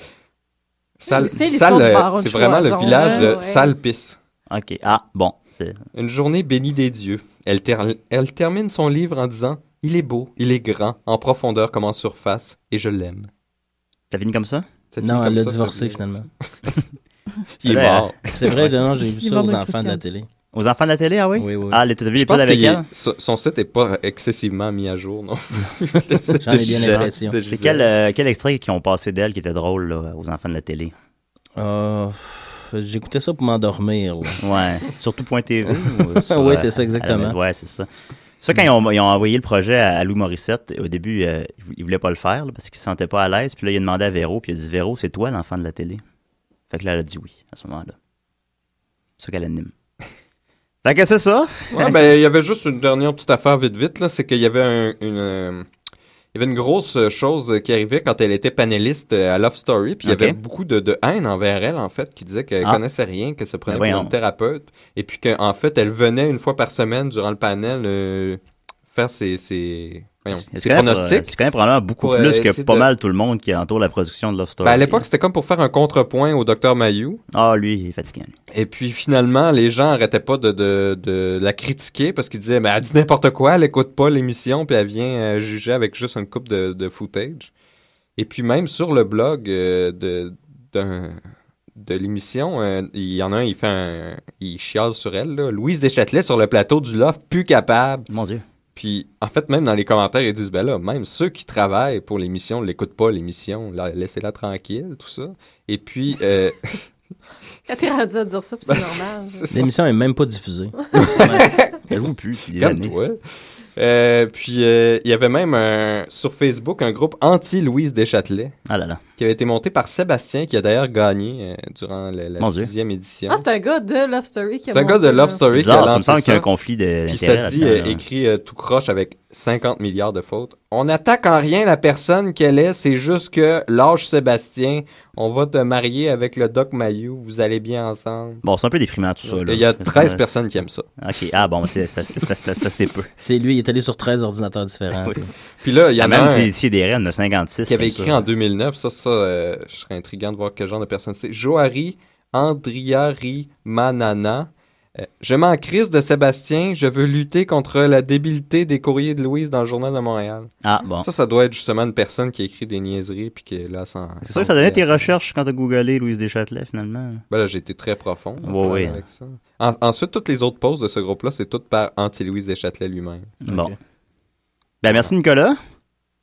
Speaker 3: Salles-
Speaker 4: C'est l'histoire
Speaker 3: Salles,
Speaker 4: du
Speaker 3: euh,
Speaker 4: baron de
Speaker 3: c'est vraiment le
Speaker 4: Choiseul,
Speaker 3: village
Speaker 4: hein,
Speaker 3: de
Speaker 4: ouais.
Speaker 3: Salpice.
Speaker 1: OK. Ah, bon. c'est-
Speaker 3: Une journée bénie des dieux. Elle, ter- elle termine son livre en disant Il est beau, il est grand, en profondeur comme en surface, et je l'aime.
Speaker 1: Ça finit comme ça?
Speaker 3: Ça finit
Speaker 6: Non,
Speaker 3: comme
Speaker 6: elle l'a
Speaker 3: ça, ça
Speaker 6: divorcé
Speaker 3: finit.
Speaker 6: finalement.
Speaker 3: Il est
Speaker 1: Ouais. hein.
Speaker 3: mort.
Speaker 6: C'est vrai, non, j'ai vu
Speaker 5: Il est
Speaker 6: ça
Speaker 5: mort
Speaker 6: aux
Speaker 5: de
Speaker 6: enfants de la
Speaker 5: Christiane.
Speaker 6: télé.
Speaker 1: Aux enfants de la télé, ah oui?
Speaker 6: Oui, oui.
Speaker 1: Ah, les- t'as vu
Speaker 3: Je
Speaker 1: l'épisode
Speaker 3: pense
Speaker 1: avec
Speaker 3: qu'il est-
Speaker 1: elle?
Speaker 3: so- son site n'est pas excessivement mis à jour, non J'en
Speaker 6: J'en ai bien l'impression.
Speaker 1: C'est quel, euh, quel extrait qu'ils ont passé d'elle qui était drôle là, aux enfants de la télé?
Speaker 6: Euh, pff, J'écoutais ça pour m'endormir. là.
Speaker 1: Ouais. Surtout point TV? ou sur,
Speaker 6: Ben oui,
Speaker 1: euh,
Speaker 6: c'est ça,
Speaker 1: à la
Speaker 6: exactement.
Speaker 1: maison. Ouais, c'est ça. Ça, quand ils ont, ils ont envoyé le projet à, à Louis Morissette, au début, euh, ils vou- ils voulaient pas le faire là, parce qu'ils se sentaient pas à l'aise. Puis là, il a demandé à Véro, puis il a dit Véro, c'est toi l'enfant de la télé. Fait que là, elle a dit oui à ce moment-là. C'est ça qu'elle anime. Fait que c'est ça.
Speaker 3: Ouais, ben, il y avait juste une dernière petite affaire vite vite là, c'est qu'il y avait un- une euh, il y avait une grosse euh, chose euh, qui arrivait quand elle était panéliste euh, à Love Story, puis il y
Speaker 1: Ok.
Speaker 3: avait beaucoup de, de haine envers elle en fait, qui disait qu'elle
Speaker 1: Ah.
Speaker 3: connaissait rien, qu'elle se prenait
Speaker 1: Ben
Speaker 3: pour
Speaker 1: voyons.
Speaker 3: une thérapeute, et puis qu'en fait elle venait une fois par semaine durant le panel euh, faire ses ses, voyons,
Speaker 1: C'est
Speaker 3: ses
Speaker 1: quand même-
Speaker 3: pronostics.
Speaker 1: c'est quand même probablement beaucoup
Speaker 3: Pour, euh,
Speaker 1: plus que
Speaker 3: essayer
Speaker 1: pas
Speaker 3: de-
Speaker 1: mal tout le monde qui entoure la production de Love Story.
Speaker 3: Ben, à l'époque c'était comme pour faire un contrepoint au docteur Mayou.
Speaker 1: Ah, lui, il est fatiguant. lui.
Speaker 3: Et puis finalement, les gens arrêtaient pas de, de, de la critiquer parce qu'ils disaient, mais elle dit n'importe quoi, elle écoute pas l'émission, puis elle vient euh, juger avec juste une coupe de, de footage. Et puis même sur le blog euh, de, d'un- de l'émission, euh, il y en a un, il fait un, il chiale sur elle, là. Louise Deschâtelet sur le plateau du Loft, plus capable.
Speaker 1: Mon Dieu.
Speaker 3: Puis en fait, même dans les commentaires, ils disent, ben là, même ceux qui travaillent pour l'émission ne l'écoutent pas, l'émission, la- laissez-la tranquille, tout ça. Et puis... euh,
Speaker 4: Quand t'es rendu à dire ça, puis
Speaker 3: ben,
Speaker 4: c'est normal.
Speaker 3: c'est ça.
Speaker 6: L'émission est même pas diffusée.
Speaker 1: Elle joue plus. depuis des
Speaker 3: Comme
Speaker 1: années.
Speaker 3: toi. Euh, puis euh, il y avait même un- sur Facebook un groupe anti-Louise Deschâtelet
Speaker 1: Ah là là.
Speaker 3: qui avait été monté par Sébastien, qui a d'ailleurs gagné euh, durant la, la
Speaker 1: Mon Dieu.
Speaker 3: sixième édition.
Speaker 4: Ah, c'est hein. un gars de Love Story qui a
Speaker 3: C'est un gars de
Speaker 4: monté,
Speaker 3: Love
Speaker 4: là.
Speaker 1: C'est
Speaker 3: Story qui a
Speaker 1: bizarre, ça me
Speaker 3: lancé ça.
Speaker 1: semble qu'il y a un hein. conflit de-
Speaker 3: puis
Speaker 1: d'intérêts.
Speaker 3: ça dit, euh,
Speaker 1: là-dedans, là.
Speaker 3: écrit euh, tout croche avec 50 milliards de fautes. On n'attaque en rien la personne qu'elle est, c'est juste que lâche Sébastien, on va te marier avec le Doc Mayou, vous allez bien ensemble.
Speaker 1: Bon, c'est un peu déprimant tout ça. là.
Speaker 3: Il y a 13
Speaker 1: Euh,
Speaker 3: personnes qui aiment ça.
Speaker 1: Ok, ah bon, c'est- ça, ça, ça, ça, ça, c'est peu.
Speaker 6: C'est lui, il est allé sur 13 ordinateurs différents.
Speaker 1: Oui.
Speaker 6: puis-
Speaker 3: Puis là, il y en
Speaker 1: Ah,
Speaker 3: a
Speaker 1: même
Speaker 3: un...
Speaker 1: si si des reines de 56.
Speaker 3: qui avait
Speaker 1: comme
Speaker 3: écrit
Speaker 1: ça.
Speaker 3: en 2009. Ça, ça, euh, je serais intriguant de voir quel genre de personne c'est. Johari Andriari Manana. Euh, je m'en crise de Sébastien. Je veux lutter contre la débilité des courriers de Louise dans le journal de Montréal.
Speaker 1: Ah bon.
Speaker 3: Ça, ça doit être justement une personne qui écrit des niaiseries puis qui là sans.
Speaker 1: C'est sûr que ça donnait tes recherches quand t'as googlé Louise Deschâtelet finalement.
Speaker 3: Ben là, j'ai été très profond.
Speaker 1: Ouais, ouais.
Speaker 3: avec ça. En- ensuite, toutes les autres pauses de ce groupe-là, c'est toutes par anti-Louise Deschâtelet lui-même.
Speaker 1: Bon. Ben merci Nicolas.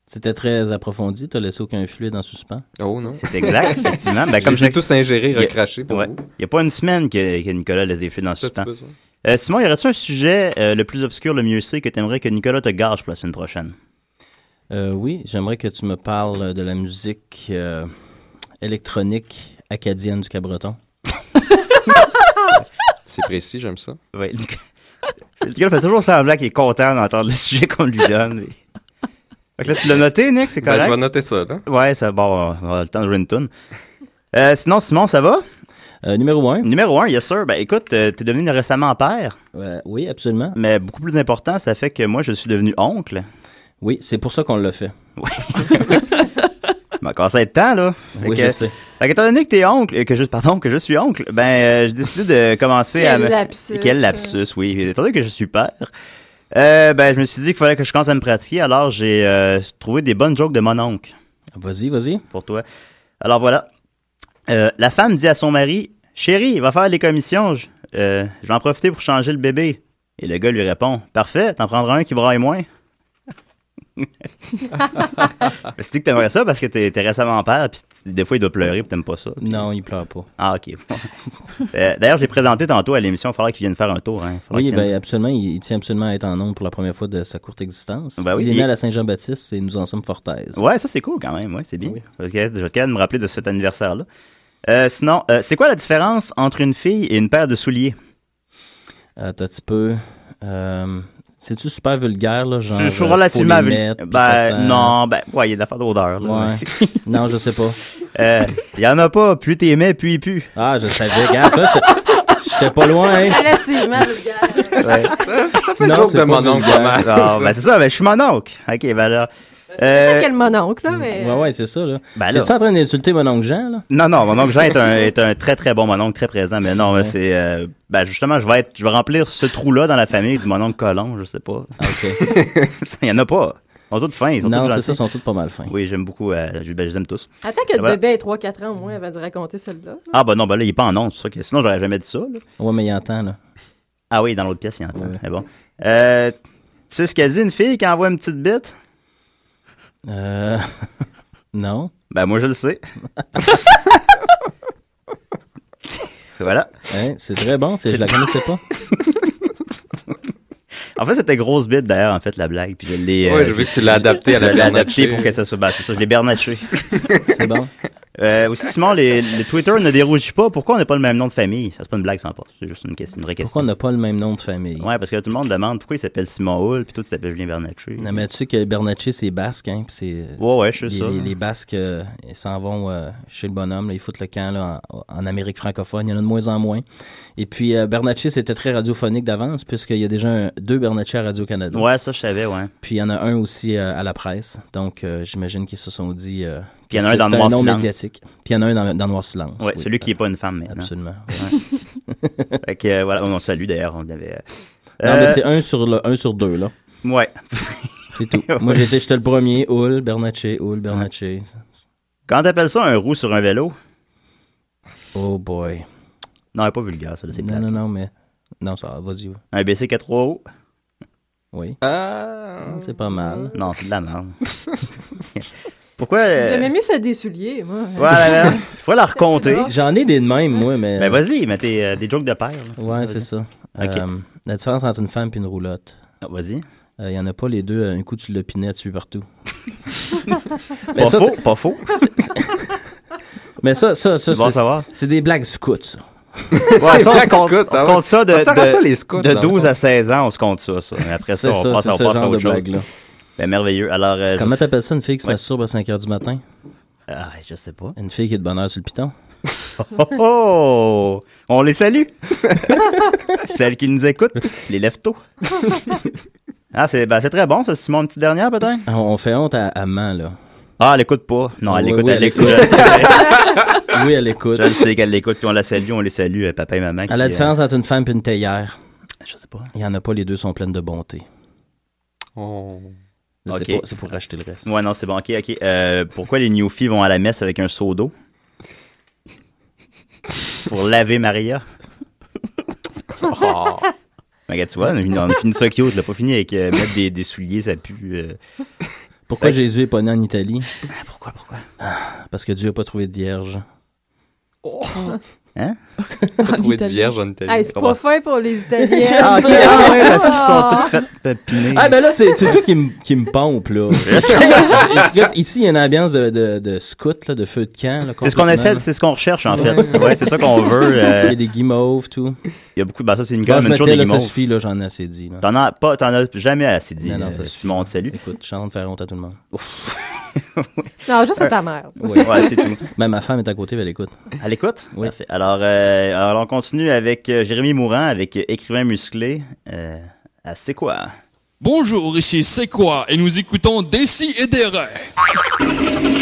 Speaker 6: C'était très approfondi, t'as laissé aucun fluide en suspens.
Speaker 3: Oh non.
Speaker 1: C'est exact, effectivement. Ben, comme
Speaker 3: Comme
Speaker 1: je
Speaker 3: j'ai
Speaker 1: il
Speaker 3: tous ingéré,
Speaker 1: Yeah.
Speaker 3: recraché pour
Speaker 1: Ouais.
Speaker 3: vous.
Speaker 1: n'y a pas une semaine que, que Nicolas les ait fait dans le
Speaker 3: Ça, tu
Speaker 1: suspense.
Speaker 3: peux, ça?
Speaker 1: Euh, Simon, y aurait-tu un sujet euh, le plus obscur, le mieux c'est, que t'aimerais que Nicolas te gage pour la semaine prochaine?
Speaker 6: Euh, oui, j'aimerais que tu me parles de la musique euh, électronique acadienne du Cabreton.
Speaker 3: C'est précis, j'aime ça.
Speaker 1: Oui. Nicolas fait toujours semblant qu'il est content d'entendre le sujet qu'on lui donne. mais- Fait que là, tu l'as noté, Nick, c'est
Speaker 3: Ben, je
Speaker 1: correct?
Speaker 3: vais noter ça, là.
Speaker 1: Ouais, ça, bon, on va avoir le temps de jouer une toune. Euh, sinon, Simon, ça va?
Speaker 6: Euh, numéro 1.
Speaker 1: Numéro un, yes sir. Ben écoute, euh, t'es devenu récemment père,
Speaker 6: Euh, oui, absolument.
Speaker 1: mais beaucoup plus important, ça fait que moi, je suis devenu oncle.
Speaker 6: Oui, c'est pour ça qu'on l'a fait.
Speaker 1: Ben, commence à être temps, là. Fait
Speaker 6: Oui,
Speaker 1: que-
Speaker 6: je sais.
Speaker 1: Fait qu'étant donné que t'es oncle, euh, que je, pardon, que je suis oncle, ben, euh, j'ai décidé de commencer à...
Speaker 4: Quel
Speaker 1: me-
Speaker 4: lapsus.
Speaker 1: Quel lapsus, oui. Étant donné que je suis père, euh, ben, je me suis dit qu'il fallait que je commence à me pratiquer, alors j'ai euh, trouvé des bonnes jokes de mon oncle.
Speaker 6: Vas-y, vas-y.
Speaker 1: pour toi. Alors voilà. Euh, la femme dit à son mari Chérie, va faire les commissions. Je, euh, je vais en profiter pour changer le bébé. Et le gars lui répond Parfait, t'en prendras un qui braille moins. Mais c'est que t'aimerais ça parce que t'es t'es récemment père, puis t- des fois il doit pleurer, puis t'aimes pas ça. puis-
Speaker 6: Non, il pleure pas.
Speaker 1: Ah, ok. bon. Euh, D'ailleurs, je l'ai présenté tantôt à l'émission, il faudra qu'il vienne faire un tour. hein. Faudra
Speaker 6: Oui,
Speaker 1: qu'il vienne-
Speaker 6: ben, absolument. Il, il tient absolument à être en nombre pour la première fois de sa courte existence.
Speaker 1: Ben oui,
Speaker 6: il est
Speaker 1: il-
Speaker 6: né à la Saint-Jean-Baptiste et nous en sommes fort aises.
Speaker 1: Ouais, ça c'est cool quand même, ouais, c'est bien.
Speaker 6: Oui.
Speaker 1: Parce que je tiens à me rappeler de cet anniversaire-là. Euh, sinon, euh, c'est quoi la différence entre une fille et une paire de souliers?
Speaker 6: Attends un petit peu. Euh, C'est-tu super vulgaire, là? Genre,
Speaker 1: je suis
Speaker 6: euh, faut
Speaker 1: relativement...
Speaker 6: les
Speaker 1: vu-
Speaker 6: mettre, puis ça
Speaker 1: ben,
Speaker 6: sent-
Speaker 1: non, ben, ouais, il y a de l'affaire d'odeur, là.
Speaker 6: Ouais. non, je sais pas.
Speaker 1: Euh, Il y en a pas, plus t'es aimé, plus il pue.
Speaker 6: Ah, je savais. Regarde, toi, t'es- j'étais pas loin, hein?
Speaker 4: Relativement vulgaire.
Speaker 1: Ouais.
Speaker 3: Ça fait
Speaker 6: Non,
Speaker 3: le joke
Speaker 6: c'est
Speaker 3: de
Speaker 6: pas
Speaker 3: mon oncle,
Speaker 6: vulgaire.
Speaker 3: ma mère.
Speaker 1: Alors, ben, c'est ça, ben, je suis mon oncle. Ok, ben là... Euh,
Speaker 4: Ah, Quel mononcle, là, mais...
Speaker 6: Ouais, ouais, c'est ça, là.
Speaker 1: ben là-
Speaker 6: T'es-tu en train d'insulter mon oncle Jean, là?
Speaker 1: Non, non, mon oncle Jean est un, est un très très bon mon oncle, très présent, mais non, mais c'est... euh, ben justement, je vais être, je vais remplir ce trou-là dans la famille du mon oncle Colomb, je sais pas.
Speaker 6: Ah, OK.
Speaker 1: Il y en a pas. Ils sont tous fins, ils sont
Speaker 6: non, c'est
Speaker 1: tous gentils.
Speaker 6: ça, ils sont tous pas mal fins.
Speaker 1: Oui, j'aime beaucoup, euh, je, ben, je les aime tous.
Speaker 4: Attends que le
Speaker 1: Voilà.
Speaker 4: bébé ait 3-4 ans au moins avant de raconter celle-là.
Speaker 1: Ah bah non, ben là, il est pas en onde, c'est ça que sinon j'aurais jamais dit ça. là.
Speaker 6: Ouais, mais il entend, là.
Speaker 1: Ah oui, dans l'autre pièce, il entend.
Speaker 6: Ouais.
Speaker 1: Mais bon. Euh, tu sais ce qu'elle dit, une fille qui envoie une petite bite?
Speaker 6: Euh... non.
Speaker 1: Ben moi, je le sais. voilà.
Speaker 6: Hein, c'est très bon, c'est- je la connaissais pas.
Speaker 1: En fait, c'était grosse bite d'ailleurs, en fait, la blague. Puis je l'ai... euh,
Speaker 3: Ouais, je veux que tu l'as adapté à
Speaker 1: je
Speaker 3: la
Speaker 1: l'ai
Speaker 3: Bernatchez.
Speaker 1: adaptée pour que ça se batte. C'est ça, je l'ai bernaché.
Speaker 6: C'est bon.
Speaker 1: Euh, aussi, Simon, les, le Twitter ne dérougit pas. Pourquoi on n'a pas le même nom de famille? Ça, c'est pas une blague, ça en passe. C'est juste une, question, une vraie
Speaker 6: Pourquoi on
Speaker 1: question.
Speaker 6: n'a pas le même nom de famille?
Speaker 1: Ouais, parce que tout le monde demande pourquoi il s'appelle Simon Hull, puis toi, tu t'appelles Julien Bernatchez.
Speaker 6: Non, mais tu sais que Bernatchez, c'est basque, hein? Puis c'est,
Speaker 1: Ouais, ouais, je sais
Speaker 6: les,
Speaker 1: ça.
Speaker 6: Les, les Basques, euh, ils s'en vont euh, chez le bonhomme, là, ils foutent le camp là, en, en Amérique francophone, il y en a de moins en moins. Et puis, euh, Bernatchez, c'était très radiophonique d'avance, puisqu'il y a déjà un- deux Bernatchez à Radio-Canada.
Speaker 1: Ouais, ça, je savais, ouais.
Speaker 6: Puis il y en a un aussi euh, à la presse. Donc euh, j'imagine qu'ils se sont dit. euh,
Speaker 1: Puis il y
Speaker 6: que
Speaker 1: en a un dans
Speaker 6: c'était
Speaker 1: Noir
Speaker 6: nom
Speaker 1: Silence.
Speaker 6: médiatique. Puis il y en a un dans, dans Noir Silence.
Speaker 1: Ouais,
Speaker 6: oui. Euh,
Speaker 1: celui qui n'est pas une femme maintenant.
Speaker 6: Absolument.
Speaker 1: Fait que, euh, voilà, on, on salue d'ailleurs, on avait. euh,
Speaker 6: Non,
Speaker 1: euh,
Speaker 6: mais c'est un sur, le, un sur deux, là.
Speaker 1: Ouais,
Speaker 6: C'est tout. Moi, j'étais j'étais le premier. Hull, Bernatchez, Hull, Bernatchez.
Speaker 1: Quand t'appelles ça un roux sur un vélo,
Speaker 6: Oh boy.
Speaker 1: non, pas vulgaire, ça, là, c'est
Speaker 6: Non,
Speaker 1: plate.
Speaker 6: non, non, mais. Non, ça va, vas-y. oui.
Speaker 1: Un BC4 trois roues,
Speaker 6: Oui.
Speaker 3: Ah,
Speaker 6: C'est pas mal.
Speaker 1: non, c'est de la merde. Pourquoi. euh,
Speaker 4: J'aimais mieux se dessoulier, moi.
Speaker 1: Voilà, là, faut la raconter.
Speaker 6: J'en ai des de même, moi, mais.
Speaker 1: Ben vas-y, mais t'es euh, des jokes de père. là.
Speaker 6: Ouais, c'est ça.
Speaker 1: Ok.
Speaker 6: Euh, la différence entre une femme et une roulotte.
Speaker 1: Ah, Vas-y.
Speaker 6: Euh, Il y en a pas les deux. euh, Un coup, tu le pinais, tu es partout.
Speaker 1: Pas
Speaker 6: ça,
Speaker 1: faux, pas faux.
Speaker 6: Mais ça, ça, ça,
Speaker 1: Tu vas en
Speaker 6: c'est-
Speaker 1: savoir.
Speaker 6: c'est des blagues scouts, ça.
Speaker 1: Ouais, ça, on se
Speaker 3: Black
Speaker 1: compte,
Speaker 3: Scout,
Speaker 1: on se
Speaker 3: ah
Speaker 1: compte
Speaker 3: ouais.
Speaker 1: ça de,
Speaker 3: Ça sert à
Speaker 1: de-
Speaker 3: ça, les scouts,
Speaker 1: de
Speaker 3: dans le
Speaker 1: 12
Speaker 3: fond.
Speaker 1: à 16 ans, on se compte ça. ça. Mais Après ça,
Speaker 6: C'est
Speaker 1: on passe,
Speaker 6: c'est
Speaker 1: on
Speaker 6: ce
Speaker 1: passe à
Speaker 6: genre
Speaker 1: autre
Speaker 6: de
Speaker 1: chose.
Speaker 6: blague, là.
Speaker 1: Ben, merveilleux. Alors, euh, je-
Speaker 6: Comment t'appelles ça une fille qui se masturbe à 5 h du matin
Speaker 1: Ah, je sais pas.
Speaker 6: Une fille qui est de bonheur sur le piton
Speaker 1: Oh, oh! On les salue! Celles qui nous écoutent, les lève-tôt. ah, c'est ben, c'est très bon, ça. C'est mon petit dernier, peut-être?
Speaker 6: On, Ah, on fait honte à, à Man, là.
Speaker 1: Ah, elle écoute pas. Non, elle
Speaker 6: Oui,
Speaker 1: l'écoute,
Speaker 6: oui,
Speaker 1: elle
Speaker 6: elle
Speaker 1: l'écoute.
Speaker 6: écoute.
Speaker 1: Je le sais.
Speaker 6: Oui, elle écoute.
Speaker 1: Je le sais qu'elle l'écoute, puis on la salue, on les salue, euh, papa et maman.
Speaker 6: À la
Speaker 1: qui, euh,
Speaker 6: différence entre une femme et une théière,
Speaker 1: Je sais pas.
Speaker 6: il n'y en a pas, les deux sont pleines de bonté.
Speaker 3: Oh.
Speaker 6: C'est
Speaker 1: Ok.
Speaker 6: pour- C'est pour racheter le reste.
Speaker 1: Ouais, non, c'est bon. Ok, ok. Euh, pourquoi les newfies vont à la messe avec un seau d'eau? Pour laver Maria.
Speaker 3: Oh.
Speaker 1: Ben, Regarde, tu vois, on a on a fini ça cute, là. Pas fini avec euh, mettre des, des souliers, ça pue. euh.
Speaker 6: Pourquoi
Speaker 1: Fait-
Speaker 6: Jésus est pas né en Italie
Speaker 1: Ah, pourquoi, pourquoi?
Speaker 6: Parce que Dieu n'a pas trouvé de vierge.
Speaker 3: Pas trouvé
Speaker 5: Italie.
Speaker 3: de
Speaker 5: Ah,
Speaker 3: vierge en Italie.
Speaker 4: Hey, c'est pas fin pour les
Speaker 1: Ah,
Speaker 4: Italiens.
Speaker 1: ok,
Speaker 4: ça.
Speaker 1: ah ouais, parce qu'ils sont toutes faites pépiner.
Speaker 6: Ah, ben là, c'est c'est toi qui me qui me pompe, là. Écoute, Ici, il y a une ambiance de, de, de scout, là, de feu de camp. là,
Speaker 1: c'est ce qu'on essaie,
Speaker 6: complètement,
Speaker 1: c'est ce qu'on recherche en fait. Ouais, c'est ça qu'on veut.
Speaker 6: là. Il y
Speaker 1: euh,
Speaker 6: a des guimauves, tout.
Speaker 1: Il y a beaucoup. Ben ça, c'est une
Speaker 6: Quand
Speaker 1: grande
Speaker 6: je
Speaker 1: même chose des
Speaker 6: mettais, là, ça
Speaker 1: guimauves.
Speaker 6: suffit, là, j'en ai assez dit. là.
Speaker 1: T'en as pas, t'en as jamais assez dit.
Speaker 6: Non, non,
Speaker 1: euh,
Speaker 6: ça suffit.
Speaker 1: Simon, te salue.
Speaker 6: Écoute, je suis en train de faire honte à tout le monde.
Speaker 4: Non, juste à ta mère.
Speaker 6: Oui.
Speaker 1: Ouais, c'est tout.
Speaker 6: Même ma femme est à côté, puis elle écoute.
Speaker 1: À l'écoute.
Speaker 6: Oui.
Speaker 1: Parfait. Alors, euh, alors, on continue avec euh, Jérémy Mourant, avec euh, écrivain musclé. Euh, à c'est quoi
Speaker 7: Bonjour, ici C'est quoi et nous écoutons Dessy et des rêves.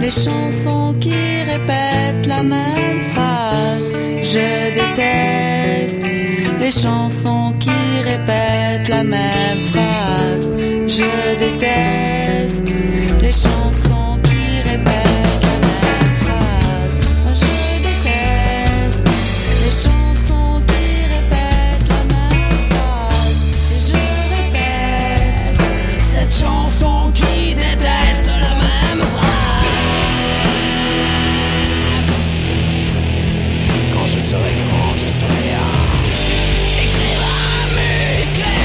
Speaker 8: des chansons qui répètent la même phrase. Je déteste les chansons qui répètent la même phrase. Je déteste les chansons qui répètent la même phrase. Moi, je déteste les chansons qui répètent la même phrase. Et je répète cette chanson qui déteste la même phrase. Quand je serai grand, je serai un écrivain musclé.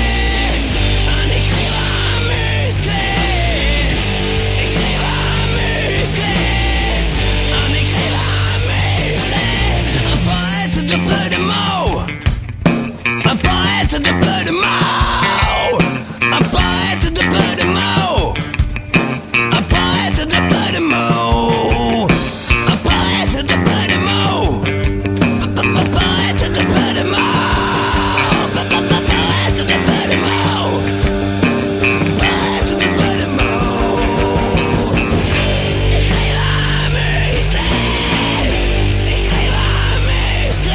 Speaker 8: Un écrivain musclé. Écrivain musclé. Un écrivain musclé. Un poète de peu de mots. Un poète de peu de mots Un poète de peu de mots Un poète de peu de mots Un poète de peu de mots Un poète de peu de mots Un poète de peu de mots Poète de peu de mots Écrivain musclé Écrivain musclé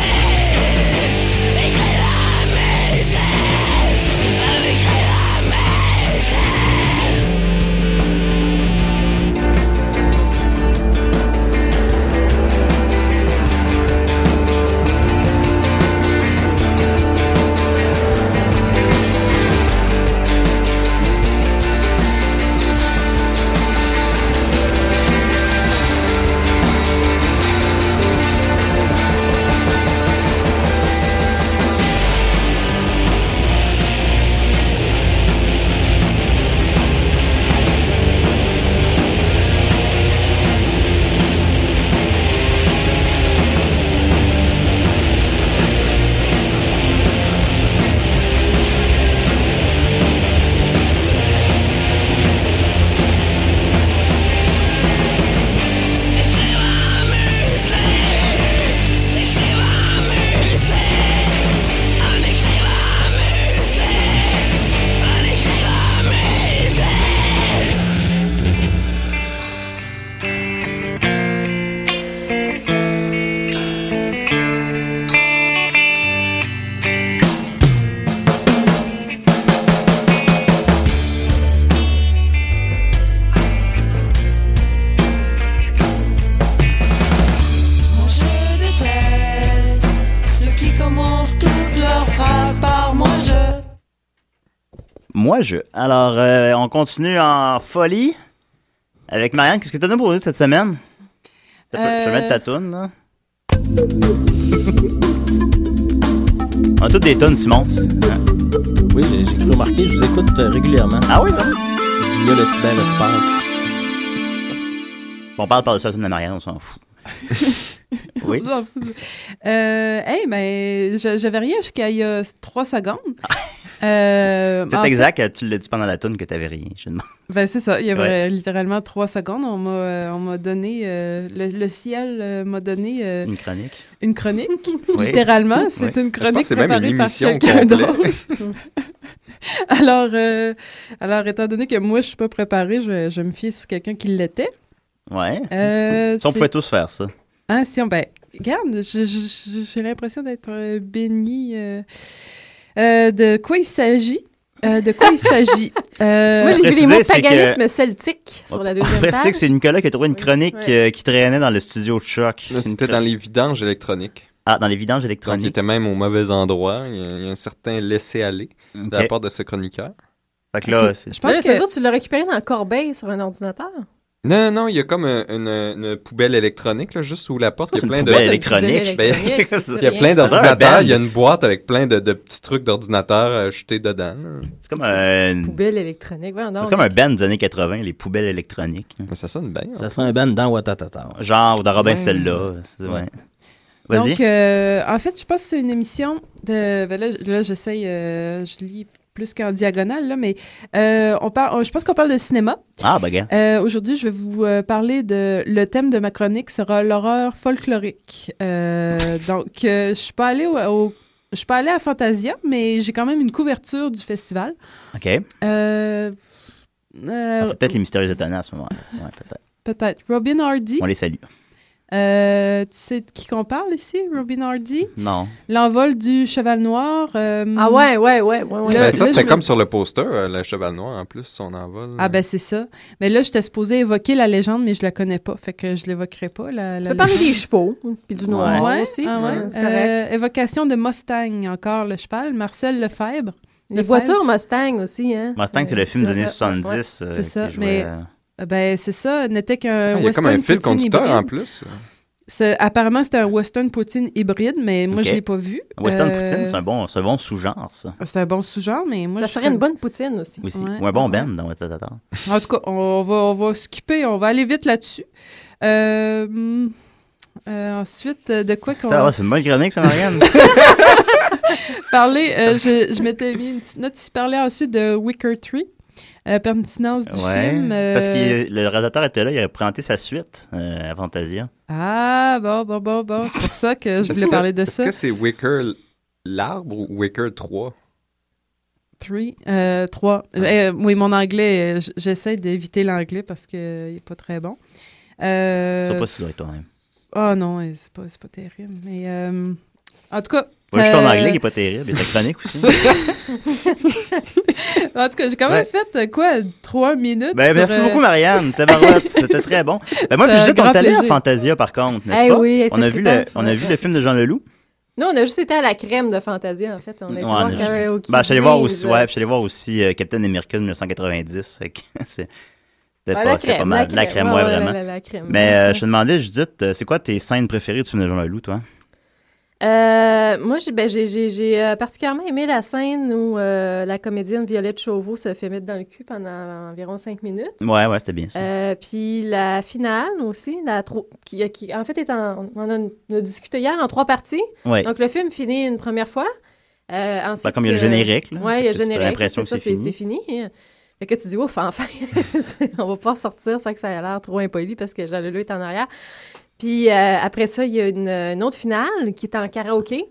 Speaker 8: Moi je déteste ceux qui commencent toutes leurs phrases par moi je.
Speaker 1: Moi, je. Alors, euh, on continue en folie avec Marianne. Qu'est-ce que t'as nous posé cette semaine? T'as pas- Je vais
Speaker 5: Euh.
Speaker 1: mettre ta toune, là. on a toutes des tonnes, Simon.
Speaker 6: Oui, j'ai j'ai cru remarquer, je vous écoute euh, régulièrement
Speaker 1: Ah oui, ben.
Speaker 6: via le cyberespace.
Speaker 1: On parle par-dessus la toune de Marianne, on s'en fout. oui.
Speaker 5: On s'en fout. Euh, hey, ben, je- j'avais rien jusqu'à il y a trois secondes. Euh, en
Speaker 1: C'est
Speaker 5: fait,
Speaker 1: exact, euh, tu l'as dit pendant la toune que t'avais rien. Je demande.
Speaker 5: Ben, c'est ça. Il y avait
Speaker 1: Ouais.
Speaker 5: littéralement trois secondes. On m'a, euh, on m'a donné, euh, le, le ciel euh, m'a donné euh,
Speaker 1: Une chronique.
Speaker 5: une chronique.
Speaker 1: Oui.
Speaker 5: Littéralement, c'est une
Speaker 3: Je pense que
Speaker 5: chronique
Speaker 3: c'est même
Speaker 5: préparée
Speaker 3: une
Speaker 5: par
Speaker 3: émission
Speaker 5: quelqu'un d'autre.
Speaker 3: complète.
Speaker 5: Alors, euh, alors, étant donné que moi, je suis pas préparée, je, vais- je vais me fie sur quelqu'un qui l'était.
Speaker 1: Ouais.
Speaker 5: Euh,
Speaker 1: Si on
Speaker 5: c'est-
Speaker 1: pouvait tous faire ça.
Speaker 5: Hein, si on, ben, regarde, je- je- je- j'ai l'impression d'être euh, bénie euh, euh, de quoi il s'agit. Euh, de quoi il s'agit? Euh,
Speaker 4: Moi, j'ai vu les
Speaker 1: préciser,
Speaker 4: mots
Speaker 1: c'est que-
Speaker 4: paganisme celtique sur la
Speaker 1: En
Speaker 4: deuxième
Speaker 1: fait, c'est
Speaker 4: page.
Speaker 1: que c'est Nicolas qui a trouvé une chronique
Speaker 4: Ouais.
Speaker 1: euh, qui traînait dans le studio de choc.
Speaker 3: Là,
Speaker 1: Une
Speaker 3: C'était
Speaker 1: chro-
Speaker 3: dans les vidanges électroniques.
Speaker 1: Ah, dans les vidanges
Speaker 3: Donc, il
Speaker 1: électroniques.
Speaker 3: était même au mauvais endroit. Il y a, il y a un certain laisser-aller de la
Speaker 1: Ok.
Speaker 3: part de ce chroniqueur.
Speaker 1: Fait que là,
Speaker 5: Ok.
Speaker 1: c'est-
Speaker 5: je
Speaker 4: Là, ça
Speaker 5: pense
Speaker 4: veut
Speaker 5: que...
Speaker 4: dire que tu l'as récupéré dans Corbeil sur un ordinateur.
Speaker 3: Non, non, il y a comme un- une, une poubelle électronique, là, juste sous la porte. Il y
Speaker 1: C'est
Speaker 3: a
Speaker 1: une
Speaker 3: plein
Speaker 1: poubelle
Speaker 3: de...
Speaker 1: électronique.
Speaker 4: poubelle électronique,
Speaker 1: Ben,
Speaker 4: c'est
Speaker 3: Il y a
Speaker 4: rien.
Speaker 3: plein
Speaker 1: Ça, un
Speaker 3: d'ordinateurs,
Speaker 1: band.
Speaker 3: il y a une boîte avec plein de, de petits trucs d'ordinateur euh, jetés dedans. là.
Speaker 1: c'est comme un.
Speaker 4: Poubelle électronique. Voyons
Speaker 5: Ah
Speaker 4: donc.
Speaker 1: C'est comme un band des années 80, les poubelles électroniques.
Speaker 3: Mais ça sonne bien. hein.
Speaker 6: Ça serait un band dans Watatata.
Speaker 1: Genre, dans Robin
Speaker 3: Ouais.
Speaker 1: Stella. c'est- ouais.
Speaker 3: Ouais.
Speaker 1: Vas-y.
Speaker 5: Donc, euh, en fait, je pense que c'est une émission de... ben là, là, j'essaye, euh, je lis plus qu'en diagonale, là, mais euh, on parle, on- je pense qu'on parle de cinéma.
Speaker 1: Ah, bah, gars.
Speaker 5: Euh, Aujourd'hui, je vais vous euh, parler de... Le thème de ma chronique sera l'horreur folklorique. Euh, donc, euh, je suis pas allée au... au- Je suis pas allée à Fantasia, mais j'ai quand même une couverture du festival.
Speaker 1: OK. Ah,
Speaker 5: Euh, euh,
Speaker 3: Ah,
Speaker 1: c'est peut-être les mystérieux étonnants à ce moment-là. Ouais, peut-être.
Speaker 5: peut-être. Robin Hardy.
Speaker 1: On les salue.
Speaker 5: Euh, tu sais de qui qu'on parle ici? Robin Hardy.
Speaker 1: Non.
Speaker 5: L'envol du cheval noir. euh,
Speaker 4: Ah ouais, ouais, ouais, ouais, ouais.
Speaker 5: Là,
Speaker 3: Ben, ça,
Speaker 5: là,
Speaker 3: c'était
Speaker 5: je me-
Speaker 3: comme sur le poster, euh, le cheval noir, en plus, son envol.
Speaker 5: Ah ben c'est ça. Mais là, j'étais supposée évoquer la légende, mais je la connais pas, fait que je l'évoquerai pas. La,
Speaker 4: Tu
Speaker 5: la
Speaker 4: peux parler des chevaux, puis du noir
Speaker 5: Ouais,
Speaker 4: aussi.
Speaker 5: ah ouais.
Speaker 4: C'est- c'est correct.
Speaker 5: Euh, évocation de Mustang, encore le cheval. Marcel Lefebvre.
Speaker 4: Les voitures Mustang aussi, hein.
Speaker 1: Mustang, c'est le film des
Speaker 5: c'est
Speaker 1: années
Speaker 5: ça,
Speaker 1: 70. euh,
Speaker 5: C'est ça,
Speaker 1: qui jouait,
Speaker 5: mais-
Speaker 1: euh,
Speaker 5: Euh, Ben, c'est ça, n'était qu'un
Speaker 3: Ah, il y a
Speaker 5: western
Speaker 3: comme un fil
Speaker 5: poutine
Speaker 3: conducteur en
Speaker 5: hybride.
Speaker 3: plus.
Speaker 5: C'est- Apparemment, c'était un western poutine hybride, mais moi,
Speaker 1: Ok.
Speaker 5: je l'ai pas vu.
Speaker 1: Western
Speaker 5: Euh,
Speaker 1: Poutine, c'est un bon, c'est un bon sous-genre, ça.
Speaker 5: c'est un bon sous-genre, mais moi,
Speaker 4: Ça
Speaker 5: je
Speaker 4: serait une bonne poutine aussi.
Speaker 1: Aussi.
Speaker 5: Ouais,
Speaker 1: Ou un bon
Speaker 5: ouais.
Speaker 1: band dans Watatata.
Speaker 5: En tout cas, on va, on va skipper, on va aller vite là-dessus. Euh, hum, euh, ensuite, euh, de quoi qu'on
Speaker 1: Putain,
Speaker 5: va
Speaker 1: ouais, c'est une bonne chronique, ça, Marianne.
Speaker 5: parler, euh, je, je m'étais mis une petite note ici, parler ensuite de Wicker Tree, la pertinence du
Speaker 1: ouais.
Speaker 5: film. euh,
Speaker 1: Parce que le réalisateur était là, il a présenté sa suite euh, à Fantasia.
Speaker 5: Ah, bon, bon, bon, bon, c'est pour ça que je
Speaker 3: Est-ce
Speaker 5: voulais
Speaker 3: que-
Speaker 5: parler de ça.
Speaker 3: Est-ce que c'est Wicker l- l'arbre ou Wicker 3?
Speaker 5: 3, euh, trois. Euh, oui, mon anglais, euh, j- j'essaie d'éviter l'anglais parce qu'il n'est pas très bon.
Speaker 1: Je sais
Speaker 5: Euh,
Speaker 1: pas si tu dois être toi-même.
Speaker 5: oh non, euh, c'est pas, c'est pas terrible. Mais, euh, en tout cas.
Speaker 1: Ouais, juste ton
Speaker 5: euh,
Speaker 1: anglais qui est pas terrible, et ta chronique aussi.
Speaker 5: En tout cas, j'ai quand même fait euh, quoi, trois minutes.
Speaker 1: Ben,
Speaker 5: sur,
Speaker 1: merci
Speaker 5: euh,
Speaker 1: beaucoup, Marianne. Tabarouette, c'était très bon. Ben, moi,
Speaker 5: C'est
Speaker 1: puis
Speaker 5: un
Speaker 1: Judith, on
Speaker 5: grand
Speaker 1: est allé à
Speaker 5: plaisir.
Speaker 1: Fantasia, par contre, n'est-ce
Speaker 4: Eh
Speaker 1: pas?
Speaker 4: oui, c'est
Speaker 1: on a, vu
Speaker 4: trippant.
Speaker 1: le, on a vu le film de Jean Leloup.
Speaker 4: Non, on a juste été à la crème de Fantasia, en fait. On a été
Speaker 1: Ouais,
Speaker 4: voir
Speaker 1: on a-
Speaker 4: Karaoke.
Speaker 1: Ben, je suis allé voir
Speaker 4: Dreams,
Speaker 1: aussi,
Speaker 4: euh,
Speaker 1: ouais, puis je suis allé voir aussi euh, Captain America de 1990. fait que c'est-
Speaker 4: ben,
Speaker 1: C'était pas,
Speaker 4: la
Speaker 1: c'était pas
Speaker 4: crème,
Speaker 1: mal. La crème, ouais,
Speaker 4: la-
Speaker 1: vraiment.
Speaker 4: la- la crème.
Speaker 1: Mais euh, je te demandais, Judith, euh, c'est quoi tes scènes préférées du film de Jean Leloup, toi?
Speaker 4: Euh, moi, j'ai ben, j'ai- j'ai- j'ai, euh, particulièrement aimé la scène où euh, la comédienne Violette Chauveau se fait mettre dans le cul pendant environ cinq minutes.
Speaker 1: Ouais, ouais, c'était bien ça.
Speaker 4: Euh, puis la finale aussi, la tro- qui, euh, qui, en fait, est en, on, en a, on a discuté hier en trois parties.
Speaker 1: ouais.
Speaker 4: Euh, Donc, le film finit une première fois. Euh, ensuite,
Speaker 1: Pas Ben, comme il y a le
Speaker 4: euh,
Speaker 1: générique. là.
Speaker 4: Ouais, il y a
Speaker 1: T'as
Speaker 4: générique.
Speaker 1: l'impression
Speaker 4: C'est
Speaker 1: que
Speaker 4: ça,
Speaker 1: c'est
Speaker 4: c'est c'est
Speaker 1: fini.
Speaker 4: fini. Fait que tu dis, ouf, enfin, on va pouvoir sortir sans que ça ait l'air trop impoli parce que Jean Leloup est en arrière. Puis euh, après ça, il y a une, une autre finale qui est en karaoké.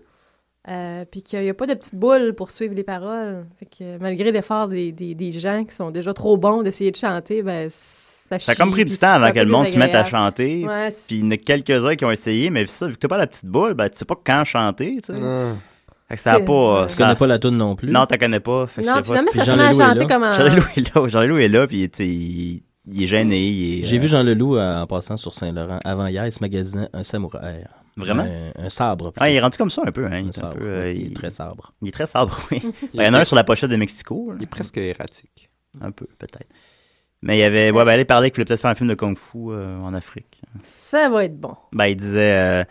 Speaker 4: euh, puis qu'il n'y a pas de petite boule pour suivre les paroles. Fait que euh, malgré l'effort des, des- des gens qui sont déjà trop bons d'essayer de chanter, ben, ça
Speaker 1: Ça a
Speaker 4: chie,
Speaker 1: comme pris du
Speaker 4: puis
Speaker 1: temps
Speaker 4: c'est
Speaker 1: avant
Speaker 4: un
Speaker 1: que
Speaker 4: peu
Speaker 1: le monde se mette à
Speaker 4: désagréable.
Speaker 1: chanter.
Speaker 4: Ouais, c'est-
Speaker 1: Puis il y en a quelques-uns qui ont essayé, mais ça, vu que t'as pas la petite boule, ben tu sais pas quand chanter, tu sais.
Speaker 3: Ah.
Speaker 1: Fait que ça a
Speaker 4: C'est-
Speaker 1: pas.
Speaker 4: Tu
Speaker 6: Tu
Speaker 1: ça-
Speaker 6: connais pas la toune non plus.
Speaker 1: Non, t'en connais pas. Fait que je
Speaker 4: non,
Speaker 1: sais pas
Speaker 4: finalement,
Speaker 1: si-
Speaker 4: ça se
Speaker 6: Jean
Speaker 4: met à
Speaker 6: Leloup est là.
Speaker 4: chanter comme un.
Speaker 1: Jean-Loup est là. Jean-Loup est là, puis tu sais, il, il est gêné. il est,
Speaker 6: J'ai
Speaker 1: euh,
Speaker 6: vu Jean Leloup euh, en passant sur Saint-Laurent avant hier, il se magasinait un samouraï.
Speaker 1: Vraiment?
Speaker 6: Un, un sabre. plutôt.
Speaker 1: Ah, il est rendu comme ça un peu, hein. Il
Speaker 6: Un
Speaker 1: est, un
Speaker 6: sabre,
Speaker 1: peu, euh,
Speaker 6: oui, il est
Speaker 1: il-
Speaker 6: très sabre.
Speaker 1: il est très sabre, oui. Il
Speaker 3: est
Speaker 1: y en a un sur la pochette de Mexico, là.
Speaker 3: Il est presque erratique.
Speaker 1: un peu, peut-être. Mais il y avait. Ouais, ben, elle parlait qu'il voulait peut-être faire un film de kung-fu euh, en Afrique.
Speaker 4: Ça va être bon.
Speaker 1: Ben, il disait, euh,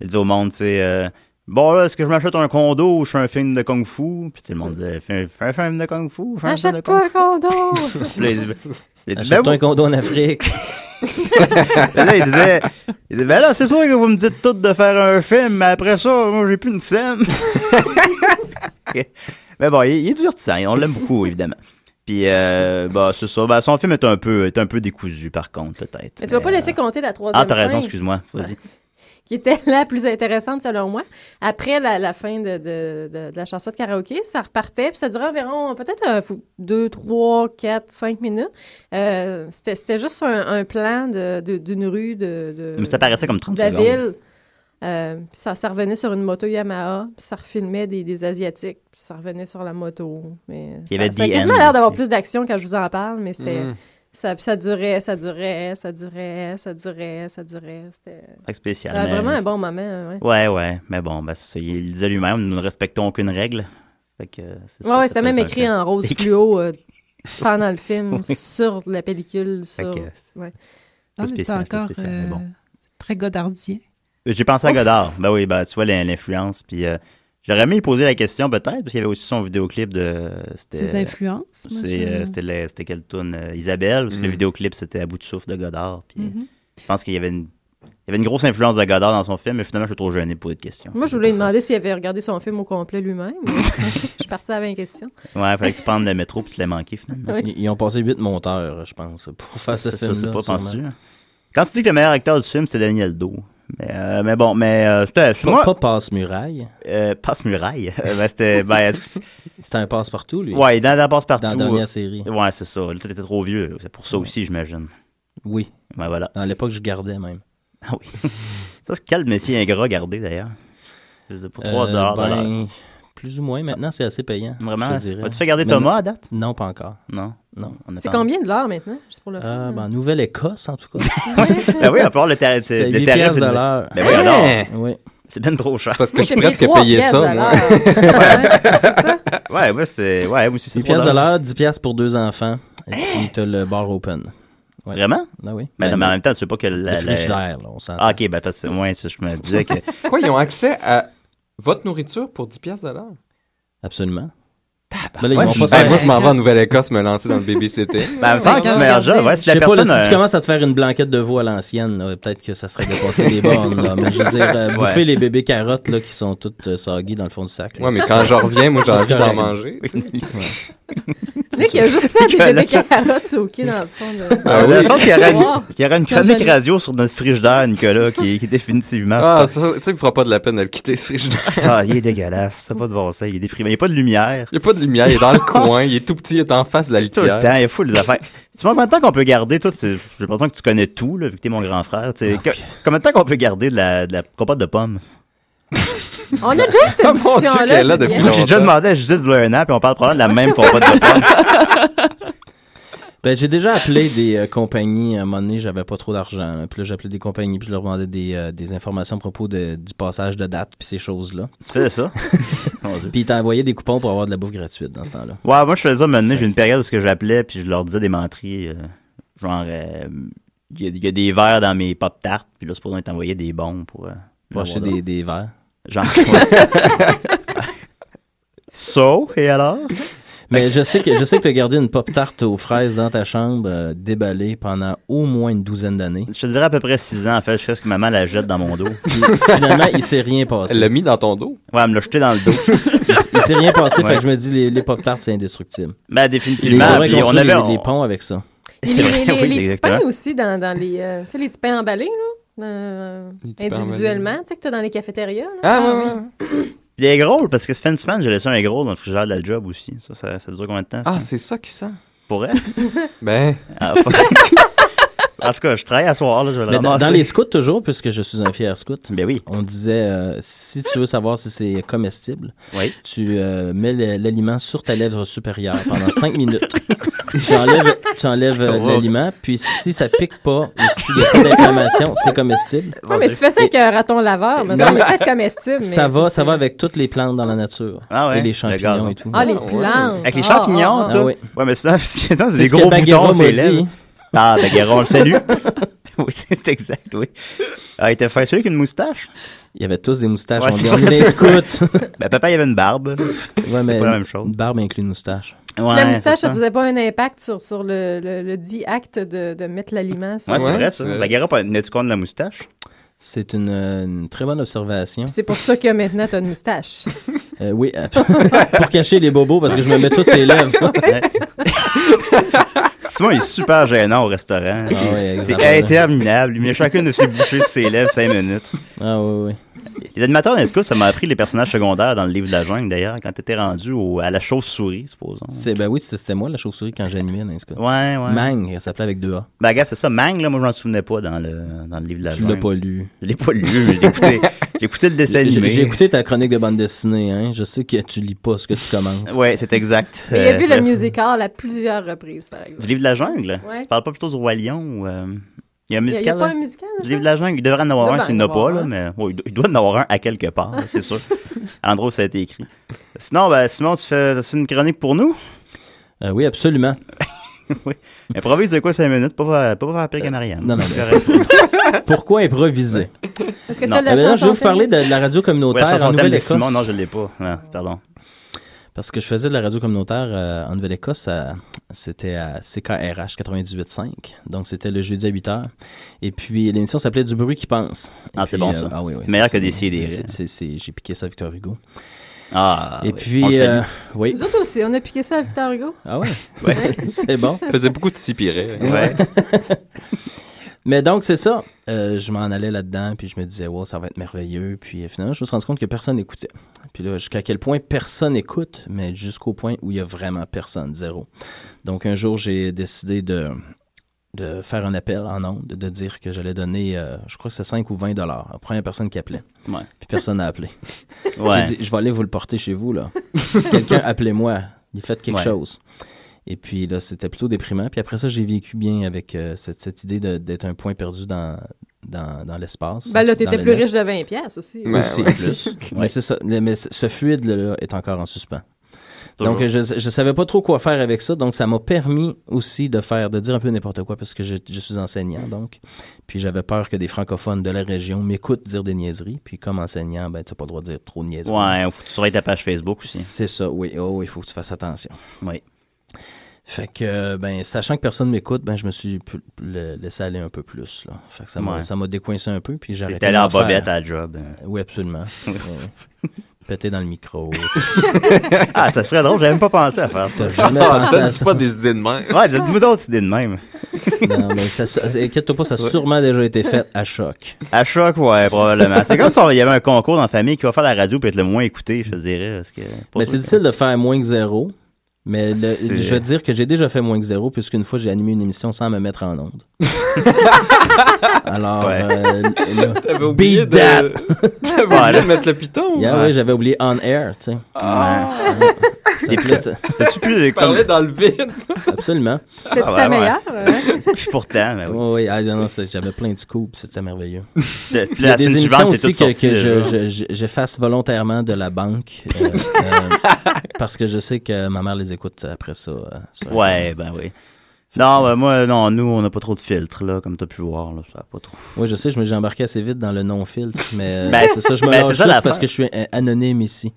Speaker 1: il disait au monde, tu sais, euh, bon, là, est-ce que je m'achète un condo ou je fais un film de Kung Fu? Puis, tu sais, le monde disait, fais, fais un film de Kung Fu, fais un film de Kung
Speaker 4: Achète-toi un condo!
Speaker 1: Fu. Puis là, il dit- il dit,
Speaker 6: Achète-toi
Speaker 1: ben,
Speaker 6: un condo en Afrique.
Speaker 1: oui. Là, il disait, il disait, ben là, c'est sûr que vous me dites toutes de faire un film, mais après ça, moi, j'ai plus une scène. mais bon, il, il est divertissant, on l'aime beaucoup, évidemment. Puis, euh, bah, c'est ça. Ben, son film est un peu, est un peu décousu, par contre, peut-être.
Speaker 4: Mais tu vas pas laisser
Speaker 1: euh,
Speaker 4: compter la troisième
Speaker 1: Ah, t'as raison,
Speaker 4: fin.
Speaker 1: excuse-moi. Vas-y.
Speaker 4: qui était la plus intéressante selon moi. Après la, la fin de, de, de, de la chanson de karaoké, ça repartait, puis ça durait environ peut-être euh, fou- deux, trois, quatre, cinq minutes. Euh, c'était, c'était juste un, un plan de, de- d'une rue de, de,
Speaker 1: Mais ça paraissait comme 30
Speaker 4: de la
Speaker 1: secondes.
Speaker 4: ville. Euh, puis ça, ça revenait sur une moto Yamaha, puis ça refilmait des, des Asiatiques, puis ça revenait sur la moto. Mais
Speaker 1: Il y
Speaker 4: ça,
Speaker 1: avait
Speaker 4: ça a
Speaker 1: The
Speaker 4: quasiment
Speaker 1: End.
Speaker 4: l'air d'avoir plus d'action quand je vous en parle, mais c'était,
Speaker 3: Mm.
Speaker 4: ça, ça durait, ça durait, ça durait, ça durait, ça durait. C'était
Speaker 1: Fait que spécial.
Speaker 4: ah,
Speaker 1: mais-
Speaker 4: vraiment un bon moment, euh, ouais.
Speaker 1: Ouais, ouais. Mais bon, ben, c'est ça. Il le disait lui-même, nous ne respectons aucune règle. Fait que, euh, c'est sûr
Speaker 4: Ouais, ouais,
Speaker 1: que ça
Speaker 4: c'était même
Speaker 1: faisait un
Speaker 4: écrit
Speaker 1: film.
Speaker 4: en rose
Speaker 1: C'était écrit-
Speaker 4: fluo euh, pendant le film,
Speaker 1: Oui.
Speaker 4: sur la pellicule,
Speaker 1: Fait
Speaker 4: sur...
Speaker 1: que,
Speaker 5: Non, mais c'est
Speaker 1: spécial, c'est
Speaker 5: encore, euh,
Speaker 1: spécial, mais bon.
Speaker 5: c'est Très godardien.
Speaker 1: euh, J'ai pensé à Godard. Ben oui, ben, tu vois l'in- l'influence. Puis euh, j'aurais aimé lui poser la question peut-être, parce qu'il y avait aussi son vidéoclip de. C'était
Speaker 5: Ses influences. moi,
Speaker 1: Euh, c'est,
Speaker 5: je-
Speaker 1: euh, c'était la- c'était quelle tune Isabelle, parce que le
Speaker 3: Mm.
Speaker 1: vidéoclip c'était à bout de souffle de Godard. Puis euh,
Speaker 5: Mhm.
Speaker 1: je pense qu'il y avait une. Il y avait une grosse influence de Godard dans son film, mais finalement, je suis trop gêné pour cette question.
Speaker 4: Moi, je voulais lui demander s'il avait regardé son film au complet lui-même. mais je suis partie avec une question.
Speaker 1: Ouais, il fallait que tu prennes le métro puis tu l'as manqué, finalement.
Speaker 4: Oui.
Speaker 6: Ils, ils ont passé huit monteurs, je pense, pour faire ce
Speaker 1: Ça,
Speaker 6: film-là.
Speaker 1: c'est pas
Speaker 6: sûrement.
Speaker 1: pensu. hein. Quand tu dis que le meilleur acteur du film, c'est Daniel Do. Mais, euh, mais bon, mais euh, c'était-
Speaker 6: Pas,
Speaker 1: moi,
Speaker 6: pas passe-muraille.
Speaker 1: euh, passe muraille. Euh, ben, c'était, ben, c'est-
Speaker 6: C'était un passe-partout, lui.
Speaker 1: ouais, euh, dans la passe
Speaker 6: Dans la
Speaker 1: partout.
Speaker 6: dernière série.
Speaker 1: Ouais, c'est ça. Là, t'étais trop vieux. C'est pour ça aussi, j'imagine.
Speaker 6: Oui,
Speaker 1: Ben voilà.
Speaker 6: à l'époque, je gardais même.
Speaker 1: Ah oui. Ça, c'est quel métier ingrat gardé d'ailleurs? Juste Pour 3
Speaker 6: Euh,
Speaker 1: dollars de l'heure.
Speaker 6: ben, Plus ou moins. Maintenant, c'est assez payant.
Speaker 1: Vraiment? Ah,
Speaker 6: je te dirais.
Speaker 1: As-tu fait garder
Speaker 6: Mais non-
Speaker 1: Thomas à date?
Speaker 6: Non, pas encore.
Speaker 1: Non.
Speaker 6: Non.
Speaker 1: On
Speaker 4: C'est
Speaker 1: attend.
Speaker 4: combien de l'heure maintenant, juste pour le hein? fun?
Speaker 6: Ah,
Speaker 4: là?
Speaker 6: ben, Nouvelle-Écosse, en tout cas.
Speaker 1: Ben oui, à part le tarif.
Speaker 6: C'est
Speaker 1: le
Speaker 6: 8
Speaker 1: tarif
Speaker 6: piastres de
Speaker 1: universel.
Speaker 6: l'heure.
Speaker 1: Ben voyons donc.
Speaker 6: Oui.
Speaker 1: C'est bien trop cher.
Speaker 3: Parce que
Speaker 4: Moi,
Speaker 3: je
Speaker 4: j'ai payé
Speaker 3: suis presque
Speaker 4: trois
Speaker 3: payé
Speaker 4: pièces
Speaker 3: ça,
Speaker 4: de
Speaker 3: moi.
Speaker 4: l'heure. Ouais, c'est ça.
Speaker 1: Ouais, moi, c'est. Ouais, moi aussi, c'est
Speaker 6: 10
Speaker 1: 3
Speaker 6: piastres de
Speaker 1: dollars.
Speaker 6: l'heure, 10 piastres pour deux enfants. Et puis, t'as le bar open. Ouais.
Speaker 1: Vraiment?
Speaker 6: Ah oui.
Speaker 1: Hein? Mais, non, mais en même temps, tu sais pas que
Speaker 6: le
Speaker 1: la. la-
Speaker 6: frigidaire, là, on s'entend.
Speaker 1: Ah, ok, ben parce que moi, je me disais que.
Speaker 3: Quoi, ils ont accès à votre nourriture pour 10 pièces de l'heure?
Speaker 6: Absolument. Ben là,
Speaker 1: ouais,
Speaker 6: ils
Speaker 1: je-
Speaker 6: vont pas
Speaker 3: Hey,
Speaker 6: s'en-
Speaker 3: moi, je m'en vais en Nouvelle-Écosse me lancer dans le babysitting.
Speaker 1: Ben, c'est
Speaker 4: quand
Speaker 1: le meilleur
Speaker 4: je regardais,
Speaker 1: job. Ouais, si
Speaker 6: Je sais
Speaker 1: la
Speaker 6: pas, là,
Speaker 1: personne.
Speaker 6: si
Speaker 1: euh,
Speaker 6: tu commences à te faire une blanquette de veau à l'ancienne, là, peut-être que ça serait dépasser les bornes. là. Mais je veux dire, euh,
Speaker 1: Ouais.
Speaker 6: bouffer les bébés carottes là, qui sont toutes euh, soggy dans le fond du sac. là.
Speaker 3: Ouais, mais quand je reviens, moi, j'ai
Speaker 6: Ça,
Speaker 3: envie
Speaker 6: c'est
Speaker 3: d'en
Speaker 6: correct.
Speaker 3: manger.
Speaker 4: Tu sais qu'il y a juste ça, des
Speaker 1: Nicolas,
Speaker 4: bébés
Speaker 1: ça-
Speaker 4: carottes, c'est OK dans le fond. là.
Speaker 1: euh,
Speaker 3: oui.
Speaker 1: Je pense qu'il y aurait
Speaker 4: Wow.
Speaker 1: une, qu'il y aurait une
Speaker 4: Quand je
Speaker 1: chronique
Speaker 4: l'ai-
Speaker 1: radio sur notre frigidaire, Nicolas, qui, qui est définitivement.
Speaker 3: Ah, ça, ça, ça me fera pas de la peine de le quitter, ce frigidaire.
Speaker 1: Ah, il est dégueulasse. Ça n'a pas de bon sens. Il est déprimé. Il n'y a pas de lumière.
Speaker 3: Il y a pas de lumière, il est dans le coin, il est tout petit, il est en face de la
Speaker 1: Tout le
Speaker 3: litière.
Speaker 1: temps, il est fou les affaires. Tu vois combien de temps qu'on peut garder, toi, tu- j'ai l'impression que tu connais tout, là, vu que t'es mon grand frère.
Speaker 6: Ah,
Speaker 1: tu sais. Que- combien de temps qu'on peut garder de la, de la compote de pommes?
Speaker 4: On a déjà eu cette
Speaker 3: Ah, mon Dieu,
Speaker 4: discussion-là.
Speaker 3: qu'elle est là
Speaker 4: Julien.
Speaker 3: depuis longtemps.
Speaker 1: J'ai déjà demandé à Judith de un an, puis on parle probablement de la même compote de pommes.
Speaker 6: Ben, j'ai déjà appelé des euh, compagnies. À un moment donné, j'avais pas trop d'argent. là. Puis là, j'appelais des compagnies, puis je leur demandais des, euh, des informations à propos de- du passage de date, puis ces choses-là.
Speaker 1: Tu faisais ça? Mon Dieu.
Speaker 6: Puis ils t'envoyaient des coupons pour avoir de la bouffe gratuite dans ce temps-là.
Speaker 1: Ouais, moi je faisais ça maintenant. J'ai une période où ce que j'appelais puis je leur disais des menteries. euh, genre, euh, il y, a- il y a des verres dans mes pop tarts puis là, c'est pour ça qu'ils t'envoyaient des bons pour. euh,
Speaker 6: Pour acheter
Speaker 1: avoir
Speaker 6: des, des verres.
Speaker 1: de- Genre. ouais. so, et alors?
Speaker 6: Mais je sais que je sais que tu as gardé une pop tarte aux fraises dans ta chambre euh, déballée pendant au moins une douzaine d'années.
Speaker 1: Je te dirais à peu près 6 ans, en fait. Je sais ce que maman la jette dans mon dos.
Speaker 6: Puis, Finalement, il s'est rien
Speaker 3: Elle
Speaker 6: passé.
Speaker 3: l'a mis dans ton dos.
Speaker 1: Ouais, elle me l'a jeté dans le dos.
Speaker 6: Il s'est rien passé,
Speaker 1: Ouais.
Speaker 6: fait que je me dis les, les pop tarts c'est indestructible.
Speaker 1: Ben,
Speaker 6: on
Speaker 1: définitivement.
Speaker 6: aurait
Speaker 1: Puis on
Speaker 6: construit
Speaker 1: avait.
Speaker 6: des, des
Speaker 1: on-
Speaker 6: ponts avec ça.
Speaker 4: Puis
Speaker 1: C'est
Speaker 4: les,
Speaker 1: vrai,
Speaker 4: les-
Speaker 1: oui,
Speaker 4: les petits
Speaker 1: exactement.
Speaker 4: pains aussi dans, dans les, euh, tu sais, les petits pains emballés, là, euh,
Speaker 3: Les petits pains
Speaker 4: individuellement, tu sais, que tu as dans les cafétérias. Là,
Speaker 3: Ah,
Speaker 4: Ah,
Speaker 3: ouais,
Speaker 4: oui.
Speaker 3: ouais.
Speaker 1: Puis Les gros, parce que cette fin de semaine, j'ai laissé un gros dans le frigidaire de la job aussi. Ça, ça, ça dure combien de temps?
Speaker 3: Ah,
Speaker 1: ça?
Speaker 3: c'est ça qui sent.
Speaker 1: Pour elle?
Speaker 3: Ben,
Speaker 1: Ah, fuck. en tout cas, je travaille à soir, là, je vais le
Speaker 6: Mais dans,
Speaker 1: ramasser.
Speaker 6: dans les scouts toujours, puisque je suis un fier scout.
Speaker 1: Ben oui.
Speaker 6: On disait, euh, si tu veux savoir si c'est comestible,
Speaker 1: Oui.
Speaker 6: tu euh, mets le- l'aliment sur ta lèvre supérieure pendant 5 minutes. tu enlèves, tu enlèves euh,
Speaker 1: Wow.
Speaker 6: l'aliment, puis si ça pique pas ou s'il y a pas d'inflammation, c'est comestible.
Speaker 4: Ouais, mais tu fais ça avec un raton laveur. Maintenant, il est peut-être comestible.
Speaker 6: Ça
Speaker 4: mais
Speaker 6: va,
Speaker 4: c'est-
Speaker 6: ça va avec toutes les plantes dans la nature.
Speaker 1: Ah ouais,
Speaker 6: et
Speaker 1: le
Speaker 6: les
Speaker 1: gazon.
Speaker 6: champignons et tout.
Speaker 4: Ah, les
Speaker 3: Ouais.
Speaker 4: plantes.
Speaker 1: Avec les champignons,
Speaker 4: Ah, ah,
Speaker 1: toi?
Speaker 6: ah,
Speaker 1: ouais.
Speaker 6: ouais.
Speaker 1: mais c'est c'est
Speaker 6: C'est
Speaker 1: des
Speaker 6: ce
Speaker 1: gros
Speaker 6: que Baguera
Speaker 1: boutons,
Speaker 6: m'a
Speaker 1: c'est
Speaker 6: dit.
Speaker 1: lèvres. Ah, Baguera, on le salue. oui, c'est exact, oui. Ah, il était fait celui avec une moustache.
Speaker 6: Il y avait tous des moustaches.
Speaker 1: Ouais,
Speaker 6: on
Speaker 1: c'est
Speaker 6: dit,
Speaker 1: ça,
Speaker 6: on est des
Speaker 1: c'est ça.
Speaker 6: scouts.
Speaker 1: Ben, papa, il avait une barbe.
Speaker 6: Ouais,
Speaker 1: C'était
Speaker 6: mais
Speaker 1: pas la même chose.
Speaker 6: une Barbe inclut une moustache.
Speaker 1: Ouais,
Speaker 4: la moustache,
Speaker 1: c'est
Speaker 4: ça faisait pas un impact sur, sur le, le, le dit acte de, de mettre l'aliment sur.
Speaker 1: Ouais, c'est
Speaker 3: Ouais.
Speaker 1: vrai, ça.
Speaker 3: Euh.
Speaker 1: Baguera, pas- n'es-tu contre la moustache?
Speaker 6: C'est une, euh, une très bonne observation.
Speaker 4: Puis C'est pour ça que maintenant, tu as une moustache.
Speaker 6: Euh, oui, euh, pour cacher les bobos, parce que je me mets toutes les lèvres. Ah
Speaker 1: Ouais. Simon, il est super gênant au restaurant.
Speaker 6: Ah ouais,
Speaker 1: C'est
Speaker 6: exactement.
Speaker 1: interminable. Il met chacune de ses bouchées sur ses lèvres 5 minutes.
Speaker 6: Ah oui, oui.
Speaker 1: Les animateurs d'un scout, ça m'a appris les personnages secondaires dans le livre de la jungle, d'ailleurs, quand t'étais rendu au- à la chauve-souris, supposons.
Speaker 6: C'est, ben oui, c'était moi la chauve-souris quand j'animais dans les scouts.
Speaker 1: Ouais, ouais.
Speaker 6: Mang, elle s'appelait avec deux A.
Speaker 1: Ben, gars, c'est ça. Mang, là, moi, je m'en souvenais pas dans le, dans le livre de la
Speaker 6: Tu
Speaker 1: jungle.
Speaker 6: l'as pas lu.
Speaker 1: Je l'ai pas lu, mais je l'ai écouté. J'ai écouté le dessin
Speaker 6: J'ai,
Speaker 1: animé.
Speaker 6: j'ai écouté ta chronique de bande dessinée, hein. Je sais que tu lis pas ce que tu commentes.
Speaker 1: Ouais, c'est exact.
Speaker 4: Mais il a
Speaker 1: Euh,
Speaker 4: vu
Speaker 1: bref.
Speaker 4: le musical à plusieurs reprises, par
Speaker 1: Du
Speaker 4: exemple.
Speaker 1: livre de la jungle.
Speaker 4: Ouais.
Speaker 1: Tu parles pas plutôt du Roi Lion ou. euh, Il y a un
Speaker 4: Il n'y a,
Speaker 1: musical. hein?
Speaker 4: pas
Speaker 1: là?
Speaker 4: un musical? hein?
Speaker 1: Du livre de la jungle. Il devrait en avoir
Speaker 4: Il
Speaker 1: un
Speaker 4: devrait
Speaker 1: s'il
Speaker 4: en
Speaker 1: n'a
Speaker 4: avoir
Speaker 1: pas, là,
Speaker 4: un.
Speaker 1: mais bon, il do- il doit en avoir un à quelque part, là, c'est sûr. À l'endroit où ça a été écrit. Sinon, ben, Simon, tu fais t'as-tu une chronique pour nous?
Speaker 6: Euh, oui, absolument.
Speaker 1: Improvise de quoi 5 minutes? Pas faire- pas faire pire qu'à Marianne.
Speaker 6: non, non,
Speaker 1: C'est correct.
Speaker 6: Pourquoi improviser?
Speaker 4: Est-ce que tu
Speaker 1: Non.
Speaker 4: as
Speaker 6: Ah,
Speaker 4: la
Speaker 6: ben non, je
Speaker 4: chanson?
Speaker 6: vais vous parler
Speaker 4: Félix?
Speaker 6: de, de la radio
Speaker 1: Ouais,
Speaker 6: communautaire
Speaker 1: chanson
Speaker 6: en
Speaker 1: thème de
Speaker 6: Nouvelle-Écosse.
Speaker 1: Simon, non, je l'ai pas. Ah, pardon.
Speaker 6: Parce que je faisais de la radio communautaire euh, en Nouvelle-Écosse, à- c'était à CKRH 98.5, donc c'était le jeudi à 8h. Et puis l'émission s'appelait Du bruit qui pense. Et
Speaker 1: Ah, c'est
Speaker 6: puis,
Speaker 1: bon, ça.
Speaker 6: ah oui, oui,
Speaker 1: C'est meilleur
Speaker 6: ça,
Speaker 1: que des
Speaker 6: c'est-
Speaker 1: CDR.
Speaker 6: c'est- c'est- c'est- J'ai piqué ça à Victor Hugo.
Speaker 1: hein. Ah.
Speaker 6: Et
Speaker 1: oui.
Speaker 6: puis,
Speaker 1: On le salue.
Speaker 6: euh, oui,
Speaker 4: Nous autres aussi, on a piqué ça à Victor Hugo.
Speaker 6: ah ouais, C'est- c'est bon.
Speaker 3: il faisait beaucoup de sipirets.
Speaker 1: Ouais.
Speaker 6: Mais donc c'est ça, Euh, je m'en allais là-dedans, puis je me disais, wow, ça va être merveilleux. Puis euh, finalement, je me suis rendu compte que personne n'écoutait. Puis là, jusqu'à quel point personne écoute, mais jusqu'au point où il y a vraiment personne, zéro. Donc un jour, j'ai décidé de de faire un appel en ondes, de dire que j'allais donner, euh, je crois que c'est 5 ou 20 dollars à la première personne qui appelait.
Speaker 1: Ouais.
Speaker 6: Puis personne n'a appelé.
Speaker 1: Ouais.
Speaker 6: J'ai dit, je vais aller vous le porter chez vous, là. Quelqu'un, appelez-moi. Il fait quelque
Speaker 1: Ouais.
Speaker 6: chose. Et puis là, c'était plutôt déprimant. Puis après ça, j'ai vécu bien avec euh, cette, cette idée de- d'être un point perdu dans, dans, dans l'espace.
Speaker 4: Ben là,
Speaker 6: dans
Speaker 4: t'étais
Speaker 6: le
Speaker 4: plus
Speaker 6: net.
Speaker 4: riche de 20 pièces aussi.
Speaker 3: Ouais.
Speaker 6: Aussi, plus. Mais c'est ça. Le- Mais ce- ce fluide-là est encore en suspens. Donc,
Speaker 1: Toujours.
Speaker 6: je ne savais pas trop quoi faire avec ça. Donc, ça m'a permis aussi de faire, de dire un peu n'importe quoi parce que je, je suis enseignant. Donc, puis j'avais peur que des francophones de la région m'écoutent dire des niaiseries. Puis, comme enseignant, ben, tu pas le droit de dire trop de niaiseries.
Speaker 1: Ouais, faut que tu surveilles ta page Facebook aussi.
Speaker 6: C'est ça, oui. Oh, il faut que tu fasses attention.
Speaker 1: Oui.
Speaker 6: Fait que, euh, ben, sachant que personne m'écoute, ben, je me suis pu- pu- le- laissé aller un peu plus. Là. Fait que ça m'a
Speaker 1: Ouais.
Speaker 6: ça m'a décoincé un peu. Puis j'ai
Speaker 1: T'es
Speaker 6: arrêté
Speaker 1: allé
Speaker 6: d'en
Speaker 1: en bobette
Speaker 6: faire.
Speaker 1: à la job. euh.
Speaker 6: Oui, absolument. Ouais. Péter dans le micro.
Speaker 1: Ah, ça serait drôle, j'avais même pas pensé à faire ça.
Speaker 6: T'as jamais
Speaker 3: Ah,
Speaker 6: pensé à
Speaker 3: donne
Speaker 6: ça.
Speaker 3: pas des idées de même.
Speaker 1: Ouais, donne-moi d'autres idées de même.
Speaker 6: Non, mais ça, ça- ça- inquiète-toi pas, ça a sûrement déjà été fait à choc.
Speaker 1: À choc, ouais, probablement. C'est comme si on- il y avait un concours dans la famille qui va faire la radio puis être le moins écouté, je te dirais. Parce que,
Speaker 6: Mais Ben, c'est difficile de faire moins que zéro. Mais le-
Speaker 1: C'est-
Speaker 6: je vais te dire que j'ai déjà fait moins que zéro, puisqu'une fois, j'ai animé une émission sans me mettre en onde. Alors,
Speaker 1: Ouais.
Speaker 6: euh, là-
Speaker 3: T'avais oublié
Speaker 6: Beat
Speaker 3: de...
Speaker 6: that.
Speaker 3: T'avais oublié de mettre le piton.
Speaker 6: Yeah,
Speaker 1: Ouais.
Speaker 6: ouais, j'avais oublié on air, tu sais.
Speaker 1: Ah.
Speaker 6: Ça plaît, ça-
Speaker 1: T'as-tu plus
Speaker 3: Tu
Speaker 1: comme...
Speaker 3: parlais dans le vide.
Speaker 6: absolument.
Speaker 4: C'était-tu
Speaker 1: Ah,
Speaker 4: ta
Speaker 1: ouais, ouais.
Speaker 4: meilleure? hein?
Speaker 1: Puis pourtant, mais oui.
Speaker 6: Oui, oui, ah, non, non, c'est- j'avais plein de coups, c'était merveilleux.
Speaker 1: Puis
Speaker 6: Il y a
Speaker 1: la
Speaker 6: des
Speaker 1: semaine
Speaker 6: émissions
Speaker 1: suivante, t'es
Speaker 6: aussi
Speaker 1: tout
Speaker 6: que,
Speaker 1: sorti.
Speaker 6: que je,
Speaker 1: déjà.
Speaker 6: je- je- j'efface volontairement de la banque euh, euh, parce que je sais que ma mère les écoute après ça. euh, sur-
Speaker 1: Ouais, ben oui. Non, ben moi, non, nous, on n'a pas trop de filtres, là, comme t'as pu voir, là, ça a pas trop.
Speaker 6: Oui, je sais, je me j'ai embarqué assez vite dans le non-filtre, mais euh,
Speaker 1: Ben,
Speaker 6: c'est ça, je me
Speaker 1: ben,
Speaker 6: lâche
Speaker 1: c'est ça
Speaker 6: juste
Speaker 1: l'affaire.
Speaker 6: parce que je suis euh, anonyme ici.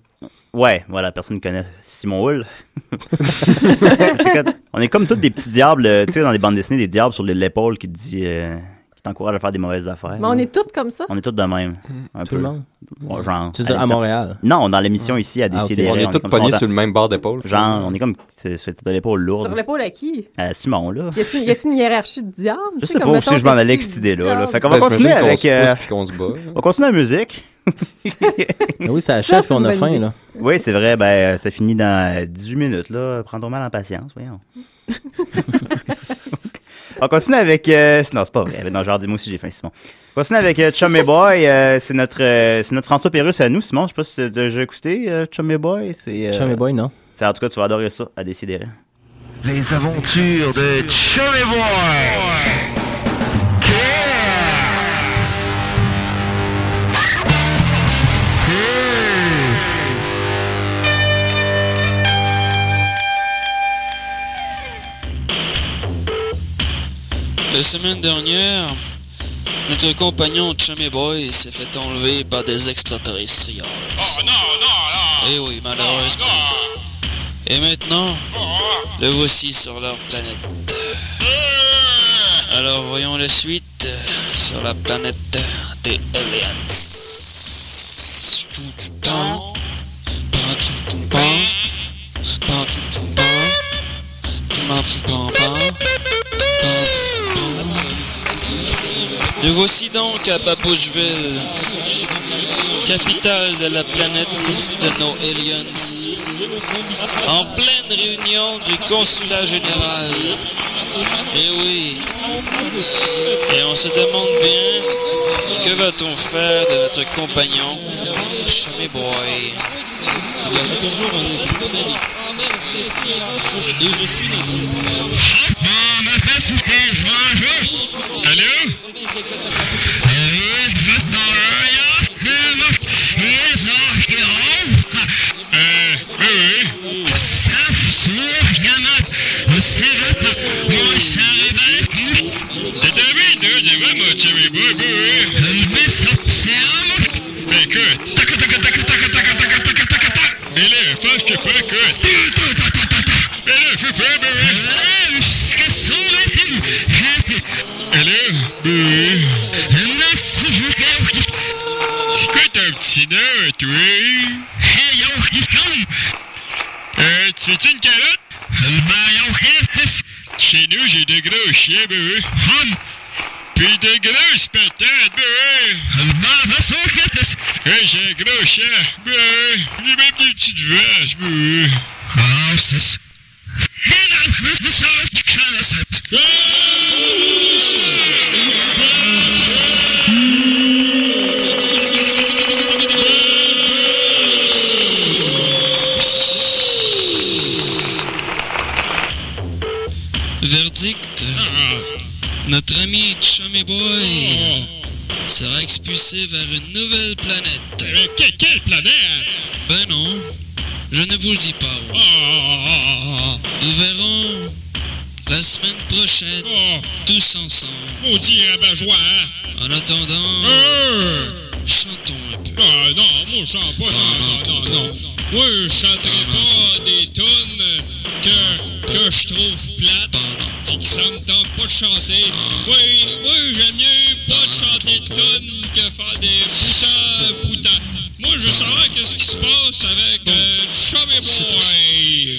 Speaker 1: Ouais, voilà, personne connaît Simon Hull. C'est quand- on est comme tous des petits diables, euh, tu sais, dans les bandes dessinées, des diables sur l'épaule qui te dit, euh, qui t'encourage à faire des mauvaises affaires.
Speaker 4: Mais on est toutes comme ça.
Speaker 1: on est tous de même. un
Speaker 6: Tout
Speaker 1: peu.
Speaker 6: le monde.
Speaker 1: Ouais, genre.
Speaker 6: Tu veux dire à
Speaker 1: l'émission.
Speaker 6: Montréal.
Speaker 1: Non, dans l'émission ici, à
Speaker 6: Ah, ok.
Speaker 1: décider.
Speaker 6: On
Speaker 3: On est tous pognés sur le même bord d'épaule.
Speaker 1: Genre, on est comme. C'est c'est de l'épaule
Speaker 4: Sur
Speaker 1: lourde.
Speaker 4: l'épaule à qui?
Speaker 1: À Euh, Simon, là.
Speaker 4: Y a-t-il y a-t-il une hiérarchie de diable?
Speaker 1: Je sais pas où si je m'en allais avec cette idée-là. là. Fait qu'on va
Speaker 3: Ben, j'imagine
Speaker 1: continuer
Speaker 3: qu'on
Speaker 1: avec.
Speaker 3: se pousse
Speaker 1: euh,
Speaker 3: puis qu'on se bat.
Speaker 1: On continue la musique.
Speaker 6: Ah oui, ça
Speaker 4: Ça,
Speaker 6: achève
Speaker 4: c'est
Speaker 6: qu'on
Speaker 4: une
Speaker 6: a
Speaker 4: bonne
Speaker 6: faim,
Speaker 4: idée.
Speaker 6: là.
Speaker 1: Oui, c'est vrai, ben, euh, ça finit dans euh, 18 minutes, là. Prends ton mal en patience, voyons. On continue avec. euh, non, c'est pas vrai. Non, genre, moi aussi, j'ai faim, Simon. On continue avec euh, Chum et Boy. euh, c'est notre, euh, c'est notre François Pérus à nous, Simon. Je sais pas si tu as déjà écouté euh, Chum et Boy. C'est, euh,
Speaker 6: Chum et boy, non?
Speaker 1: c'est- en tout cas, tu vas adorer ça, à décider. hein.
Speaker 2: Les aventures de Chummy Boy.
Speaker 7: La semaine dernière, notre compagnon Chummy Boy s'est fait enlever par des extraterrestres.
Speaker 2: Oh non, non,
Speaker 7: Eh oui, malheureusement.
Speaker 2: non.
Speaker 7: Et maintenant, le voici sur leur planète. Alors voyons la suite euh, sur la planète Terre des aliens. Tout du temps. Pan, tout, tout, pan. Pan, tout, tout, pan. Tout, pan, tout, pan, pan. Pan, tout. Nous voici donc à Baboucheville, capitale de la planète de nos aliens, en pleine réunion du consulat général. Eh oui. Et on se demande bien que va-t-on faire de notre compagnon Chummy Boy. Vous avez toujours un Et je suis
Speaker 2: Euh, Hum. Ah,
Speaker 7: Verdict. Notre ami Chummy Boy sera expulsé vers une nouvelle planète. Euh, quelle planète Ben non, je ne vous le dis pas. Nous verrons la semaine prochaine tous ensemble.
Speaker 9: Oh. Maudit hein. rabat-joie,
Speaker 7: En attendant, chantons un peu.
Speaker 9: Euh. Ah non, moi je chante pas, non, non, non, non. Moi je chanterai pas des tunes que, que je trouve plates pis que ça me tente pas de chanter. Moi, moi j'aime mieux pas de chanter de tunes que faire des boutins, boutins. Moi je veux savoir qu'est-ce qui se passe avec euh, le Chummy Boy.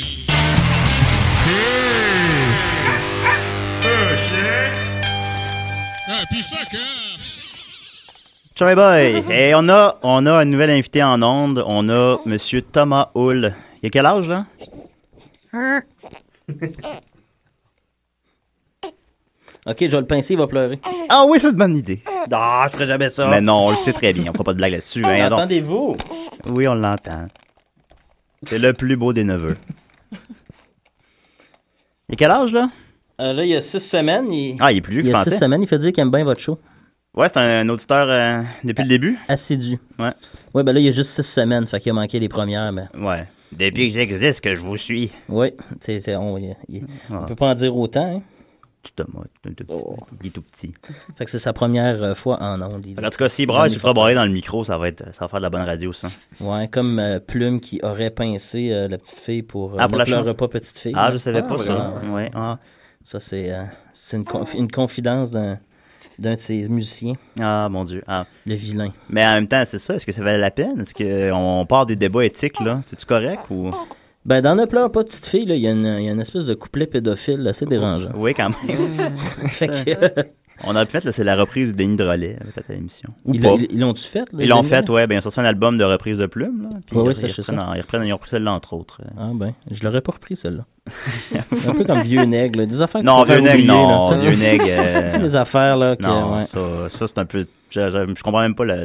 Speaker 9: Ah, pis fuck off!
Speaker 1: Charlie Boy! Et on a, on a un nouvel invité en onde. On a Monsieur Thomas Hull. Il a quel âge, là?
Speaker 6: OK, je vais le pincer, il va pleurer.
Speaker 1: Ah oui, c'est une bonne idée.
Speaker 6: Ah, je ferai jamais ça.
Speaker 1: Mais non, on le sait très bien. On fera pas de blague là-dessus. hein, donc.
Speaker 6: Attendez-vous.
Speaker 1: Oui, on l'entend. C'est le plus beau des neveux. Il a quel âge, là?
Speaker 6: Euh, là, il y a six semaines, il...
Speaker 1: Ah, il est plus vieux
Speaker 6: il
Speaker 1: que
Speaker 6: y
Speaker 1: je
Speaker 6: a six
Speaker 1: pensais.
Speaker 6: semaines, il fait dire qu'il aime bien votre show.
Speaker 1: Ouais, c'est un, un auditeur euh, depuis le début.
Speaker 6: Assidu.
Speaker 1: Ouais.
Speaker 6: Ouais, ben là, il y a juste six semaines, fait qu'il a manqué les premières, ben, mais...
Speaker 1: Ouais. Depuis que j'existe, que je vous suis.
Speaker 6: Oui, c'est, c'est- on, il- il- on
Speaker 1: Ah.
Speaker 6: peut pas en dire autant. hein.
Speaker 1: Tu te moques, t'es un tout petit,
Speaker 6: Oh.
Speaker 1: Il est tout petit.
Speaker 6: Fait que c'est sa première euh, fois en ondes. il-
Speaker 1: En tout cas, s'il braille, il se fera brailler dans le micro, ça va, être, ça va faire de la bonne radio, ça.
Speaker 6: Ouais, comme euh, Plume qui aurait pincé euh, la petite fille pour euh,
Speaker 1: Ah, pour
Speaker 6: ne
Speaker 1: la
Speaker 6: pleure
Speaker 1: chanson.
Speaker 6: pas petite fille.
Speaker 1: Ah, je savais pas
Speaker 6: ouais,
Speaker 1: ça.
Speaker 6: ouais.
Speaker 1: Ouais, ah.
Speaker 6: Ça, c'est, euh, c'est une, conf- une confidence d'un, d'un de ses musiciens,
Speaker 1: Ah, mon Dieu. Ah.
Speaker 6: le vilain.
Speaker 1: Mais en même temps, c'est ça. Est-ce que ça valait la peine? Est-ce qu'on part des débats éthiques, là? C'est-tu correct ou.
Speaker 6: Ben, dans Ne pleure pas petite fille, là, il y, a une- il y a une espèce de couplet pédophile assez dérangeant.
Speaker 1: Oui, quand même.
Speaker 6: Fait que, euh,
Speaker 1: On a fait, là, c'est la reprise du Denis de Relais, peut-être à l'émission. Ou
Speaker 6: ils,
Speaker 1: pas.
Speaker 6: l'ont- ils l'ont-tu fait? là,
Speaker 1: Ils l'ont
Speaker 6: Denis?
Speaker 1: fait, ouais. Ben, ils ont sorti un album de reprise de plumes, là. Puis
Speaker 6: hein? Ouais,
Speaker 1: ils,
Speaker 6: ouais,
Speaker 1: ils,
Speaker 6: sachez
Speaker 1: reprennent, en- ils reprennent, ils ont repris celle-là, entre autres. Euh,
Speaker 6: Ah ben, je l'aurais pas repris celle-là. un peu comme Vieux Nègre, là. des affaires que
Speaker 1: Non,
Speaker 6: tu avais
Speaker 1: Vieux Nègre,
Speaker 6: oubliées, là,
Speaker 1: non.
Speaker 6: tu sais.
Speaker 1: Vieux Nègre. euh,
Speaker 6: Les affaires, là, que,
Speaker 1: Non,
Speaker 6: ouais.
Speaker 1: ça, ça, c'est un peu. Je, je- je comprends même pas la,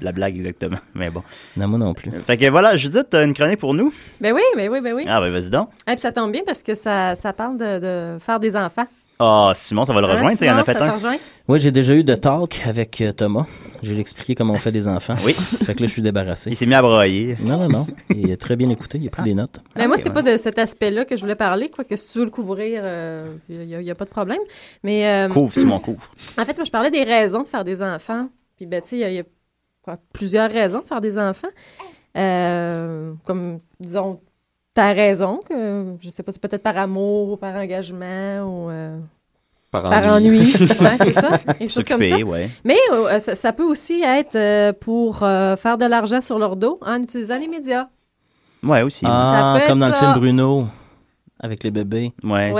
Speaker 1: la blague exactement, mais bon.
Speaker 6: Non, moi non plus.
Speaker 1: Fait que voilà, Judith, t'as une chronique pour nous?
Speaker 4: Ben oui, ben oui, ben oui.
Speaker 1: Ah, ben vas-y donc.
Speaker 4: Ah, puis ça tombe bien parce que ça, ça parle de, de faire des enfants.
Speaker 1: Ah, Simon, ça va le
Speaker 4: Hein,
Speaker 1: rejoindre, tu sais, il en
Speaker 4: Simon,
Speaker 1: a fait
Speaker 4: ça te
Speaker 1: un. Ah
Speaker 4: rejoint?
Speaker 6: Oui, j'ai déjà eu de talk avec euh, Thomas. Je vais l'expliquer comment on fait des enfants.
Speaker 1: Oui.
Speaker 6: Fait que là, je suis débarrassé.
Speaker 1: Il s'est Ah. mis à broyer.
Speaker 6: Non, non, non. Il a très bien écouté. Il a pris des notes.
Speaker 4: Mais Ben, moi, c'était
Speaker 1: ouais.
Speaker 4: pas de cet aspect-là que je voulais parler, quoi que si tu veux le couvrir, il n'y a, pas de problème. Mais euh,
Speaker 1: Couvre, Simon, couvre.
Speaker 4: en fait, moi, je parlais des raisons de faire des enfants. Puis, ben, tu sais, il y a- il y, a quoi, plusieurs raisons de faire des enfants. Euh, comme, disons, ta raison, que je sais pas, c'est peut-être par amour ou par engagement ou euh, par ennui. ouais, c'est ça. Quelque chose comme ça.
Speaker 1: S'occuper, ouais.
Speaker 4: Mais euh, ça, ça peut aussi être euh, pour euh, faire de l'argent sur leur dos en utilisant les médias.
Speaker 1: Ouais, aussi.
Speaker 6: Ah,
Speaker 4: Ça peut être
Speaker 6: comme dans le
Speaker 4: ça.
Speaker 6: film Bruno, avec les bébés.
Speaker 1: Ouais.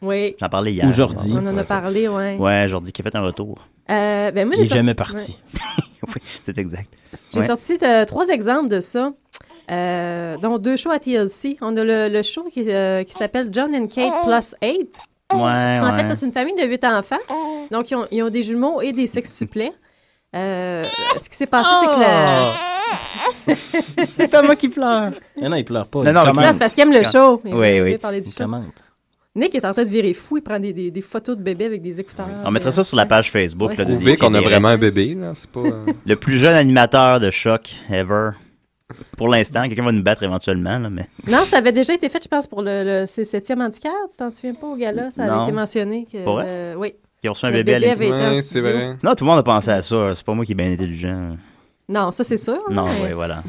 Speaker 4: Oui, oui.
Speaker 1: J'en parlais hier.
Speaker 6: Ou Jordi.
Speaker 4: On en a parlé, oui.
Speaker 1: Ouais, Jordi qui a fait un retour.
Speaker 4: Euh, ben moi,
Speaker 6: Il
Speaker 4: j'ai
Speaker 6: est
Speaker 4: sorti,
Speaker 6: jamais parti.
Speaker 1: oui, c'est exact.
Speaker 4: j'ai
Speaker 1: Ouais.
Speaker 4: sorti euh, trois exemples de ça, euh, dont deux shows à TLC. On a le, le show qui, euh, qui s'appelle John and Kate Plus 8.
Speaker 1: Ouais,
Speaker 4: En
Speaker 1: Ah, ouais.
Speaker 4: fait, ça, c'est une famille de huit enfants. Donc, ils ont, ils ont des jumeaux et des sextuplets. Euh, ce qui s'est passé, c'est que la...
Speaker 1: c'est Thomas qui pleure.
Speaker 6: Non, non, il pleure pas.
Speaker 1: Non,
Speaker 6: il
Speaker 1: non, il
Speaker 6: commente.
Speaker 4: Non, c'est parce qu'ils aiment le show. Ils
Speaker 1: Oh! Oui,
Speaker 4: aiment
Speaker 1: oui.
Speaker 4: parler du
Speaker 6: Il
Speaker 4: show.
Speaker 6: commente.
Speaker 4: Nick est en train de virer fou. Il prend des, des- des photos de bébés avec des écouteurs.
Speaker 1: On mettra ça sur la page Facebook.
Speaker 4: Ouais.
Speaker 1: là, de
Speaker 3: Prouver qu'on a
Speaker 1: Décidéré.
Speaker 3: vraiment un bébé, là. C'est pas. euh,
Speaker 1: Le plus jeune animateur de choc ever. Pour l'instant, quelqu'un va nous battre éventuellement, là, mais.
Speaker 4: Non, ça avait déjà été fait, je pense, pour le, le c'est septième handicap. Tu t'en souviens pas au gala? Ça
Speaker 1: Non.
Speaker 4: avait été mentionné. Que,
Speaker 1: Pour vrai?
Speaker 4: euh, oui.
Speaker 1: Qui a reçu un
Speaker 4: Le
Speaker 1: bébé à
Speaker 4: bébé
Speaker 1: l'émission.
Speaker 4: avait été en
Speaker 3: Ouais, c'est
Speaker 4: studio.
Speaker 3: vrai.
Speaker 1: Non, tout le monde a pensé à ça. C'est pas moi qui est bien intelligent.
Speaker 4: Non, ça, c'est sûr.
Speaker 1: Non,
Speaker 4: mais-
Speaker 1: oui, voilà.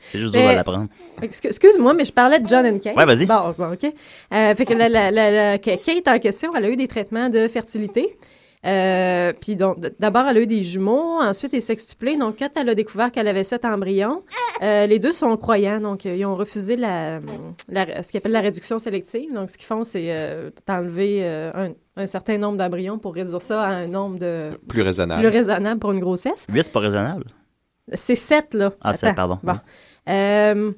Speaker 1: C'est juste
Speaker 4: Ah Mais-
Speaker 1: dur à l'apprendre.
Speaker 4: Excu- Excuse-moi, mais je parlais de John and Kate.
Speaker 1: Ouais, vas-y.
Speaker 4: Bon, bon, OK. Euh, fait que la, la- la- la- que Kate en question, elle a eu des traitements de fertilité. Euh, puis donc, d- d'abord, elle a eu des jumeaux, ensuite, elle est sextuplée. Donc, quand elle a découvert qu'elle avait sept embryons, euh, les deux sont croyants. Donc, euh, ils ont refusé la, la- ce qu'ils appellent la réduction sélective. Donc, ce qu'ils font, c'est euh, enlever euh, un, un certain nombre d'embryons pour réduire ça à un nombre de
Speaker 3: Plus
Speaker 1: Ah.
Speaker 3: raisonnable.
Speaker 4: plus raisonnable pour une grossesse.
Speaker 1: 8, c'est pas raisonnable.
Speaker 4: C'est sept, là.
Speaker 1: Ah, sept,
Speaker 4: Attends.
Speaker 1: pardon.
Speaker 4: Bon. Euh,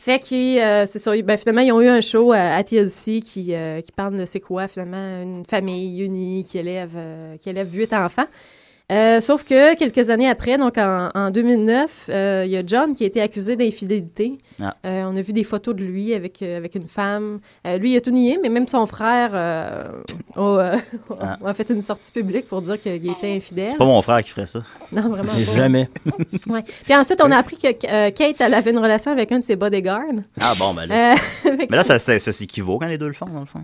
Speaker 4: Fait que euh, c'est ça. Ben, finalement, ils ont eu un show à, à TLC qui, euh, qui parle de c'est quoi, finalement, une famille unie qui élève, euh, qui élève huit enfants. Euh, sauf que quelques années après, donc en, en 2009, euh, il y a John qui a été accusé d'infidélité.
Speaker 1: Ah.
Speaker 4: Euh, on a vu des photos de lui avec, euh, avec une femme. Euh, lui, il a tout nié, mais même son frère euh, a, euh,
Speaker 1: Ah.
Speaker 4: a fait une sortie publique pour dire qu'il était infidèle.
Speaker 1: Pas mon frère qui ferait ça.
Speaker 4: Non, vraiment
Speaker 6: Mais
Speaker 4: pas.
Speaker 6: jamais.
Speaker 4: Ouais. Puis ensuite, on a appris que euh, Kate, elle avait une relation avec un de ses bodyguards.
Speaker 1: Ah bon, ben là.
Speaker 4: Euh, avec
Speaker 1: Mais là, ça, ça, ça s'équivaut quand les deux le font, dans le fond.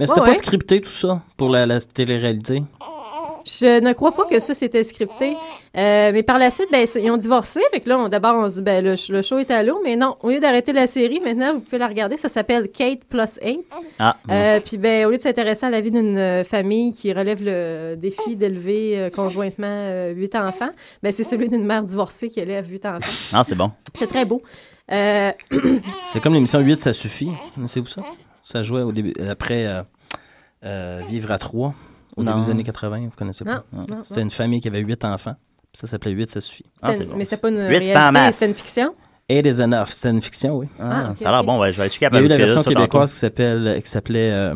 Speaker 6: Mais c'était
Speaker 4: Ouais,
Speaker 6: pas
Speaker 4: ouais.
Speaker 6: scripté tout ça pour la, la télé-réalité.
Speaker 4: Je ne crois pas que ça c'était scripté, Euh, mais par la suite, ben, c'est- ils ont divorcé. Fait que là, on, d'abord, on se dit, ben, le, ch- le show est à l'eau, mais non, au lieu d'arrêter la série, maintenant, vous pouvez la regarder. Ça s'appelle Kate plus 8.
Speaker 1: Ah,
Speaker 4: Euh, Puis, ben, au lieu de s'intéresser à la vie d'une euh, famille qui relève le défi d'élever euh, conjointement euh, huit enfants, ben, c'est celui d'une mère divorcée qui élève huit enfants.
Speaker 1: non, c'est bon.
Speaker 4: C'est très beau. Euh,
Speaker 6: C'est comme l'émission 8, ça suffit. C'est où ça? Ça jouait au début, après euh, euh, Vivre à 3, au
Speaker 1: Non.
Speaker 6: début des années 80, vous connaissez
Speaker 4: non,
Speaker 6: pas.
Speaker 4: non, non.
Speaker 6: C'était une famille qui avait 8 enfants. puis Ça s'appelait 8, ça suffit.
Speaker 1: Ah,
Speaker 4: C'était
Speaker 1: c'est
Speaker 4: une-
Speaker 1: bon.
Speaker 4: Mais c'était pas une
Speaker 1: Huit, c'est en
Speaker 4: réalité,
Speaker 1: masse.
Speaker 4: c'était une fiction.
Speaker 6: Eight is enough, c'était une fiction, oui.
Speaker 1: Ah,
Speaker 4: Ah, ok,
Speaker 1: ça a l'air
Speaker 4: ok.
Speaker 1: bon. Ouais, je vais checker
Speaker 6: Il y a
Speaker 1: après
Speaker 6: eu la
Speaker 1: le
Speaker 6: version
Speaker 1: pilote, ça, tantôt.
Speaker 6: québécoise qui s'appelle- qui s'appelait euh,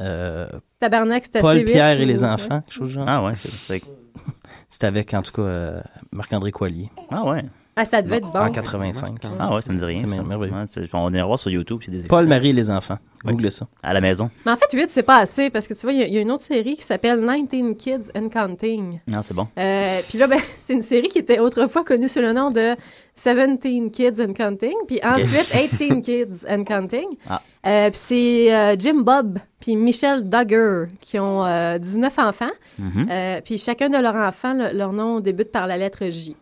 Speaker 6: euh,
Speaker 4: Tabarnak, c'était
Speaker 6: Paul,
Speaker 4: assez vite,
Speaker 6: Pierre et
Speaker 4: ou-
Speaker 6: les
Speaker 4: ouais.
Speaker 6: enfants, quelque chose du genre.
Speaker 1: Ah ouais, c'est- c'est.
Speaker 10: Ah.
Speaker 6: C'était avec, en tout cas, euh, Marc-André Coilier,
Speaker 1: Ah ouais.
Speaker 4: Ah, ça devait être bon.
Speaker 6: en 85.
Speaker 1: Ah ouais, ça me dit rien.
Speaker 6: C'est
Speaker 1: ça.
Speaker 6: merveilleux.
Speaker 1: Ouais, c'est- on ira voir sur YouTube. c'est des
Speaker 6: Paul,
Speaker 1: extraits.
Speaker 6: Marie et les enfants.
Speaker 1: Oui.
Speaker 6: Google ça.
Speaker 1: À la maison.
Speaker 4: Mais en fait, 8, c'est pas assez, parce que tu vois, il y a- il y, a une autre série qui s'appelle 19 Kids and Counting.
Speaker 1: Non, Ah, c'est bon.
Speaker 4: Euh, puis là, ben, c'est une série qui était autrefois connue sous le nom de 17 Kids and Counting, puis ensuite 18 Kids and Counting.
Speaker 1: Ah.
Speaker 4: Euh, puis c'est euh, Jim Bob puis Michelle Duggar qui ont euh, 19 enfants.
Speaker 1: Mhm.
Speaker 4: Euh, puis chacun de leurs enfants, le- leur nom débute par la lettre J.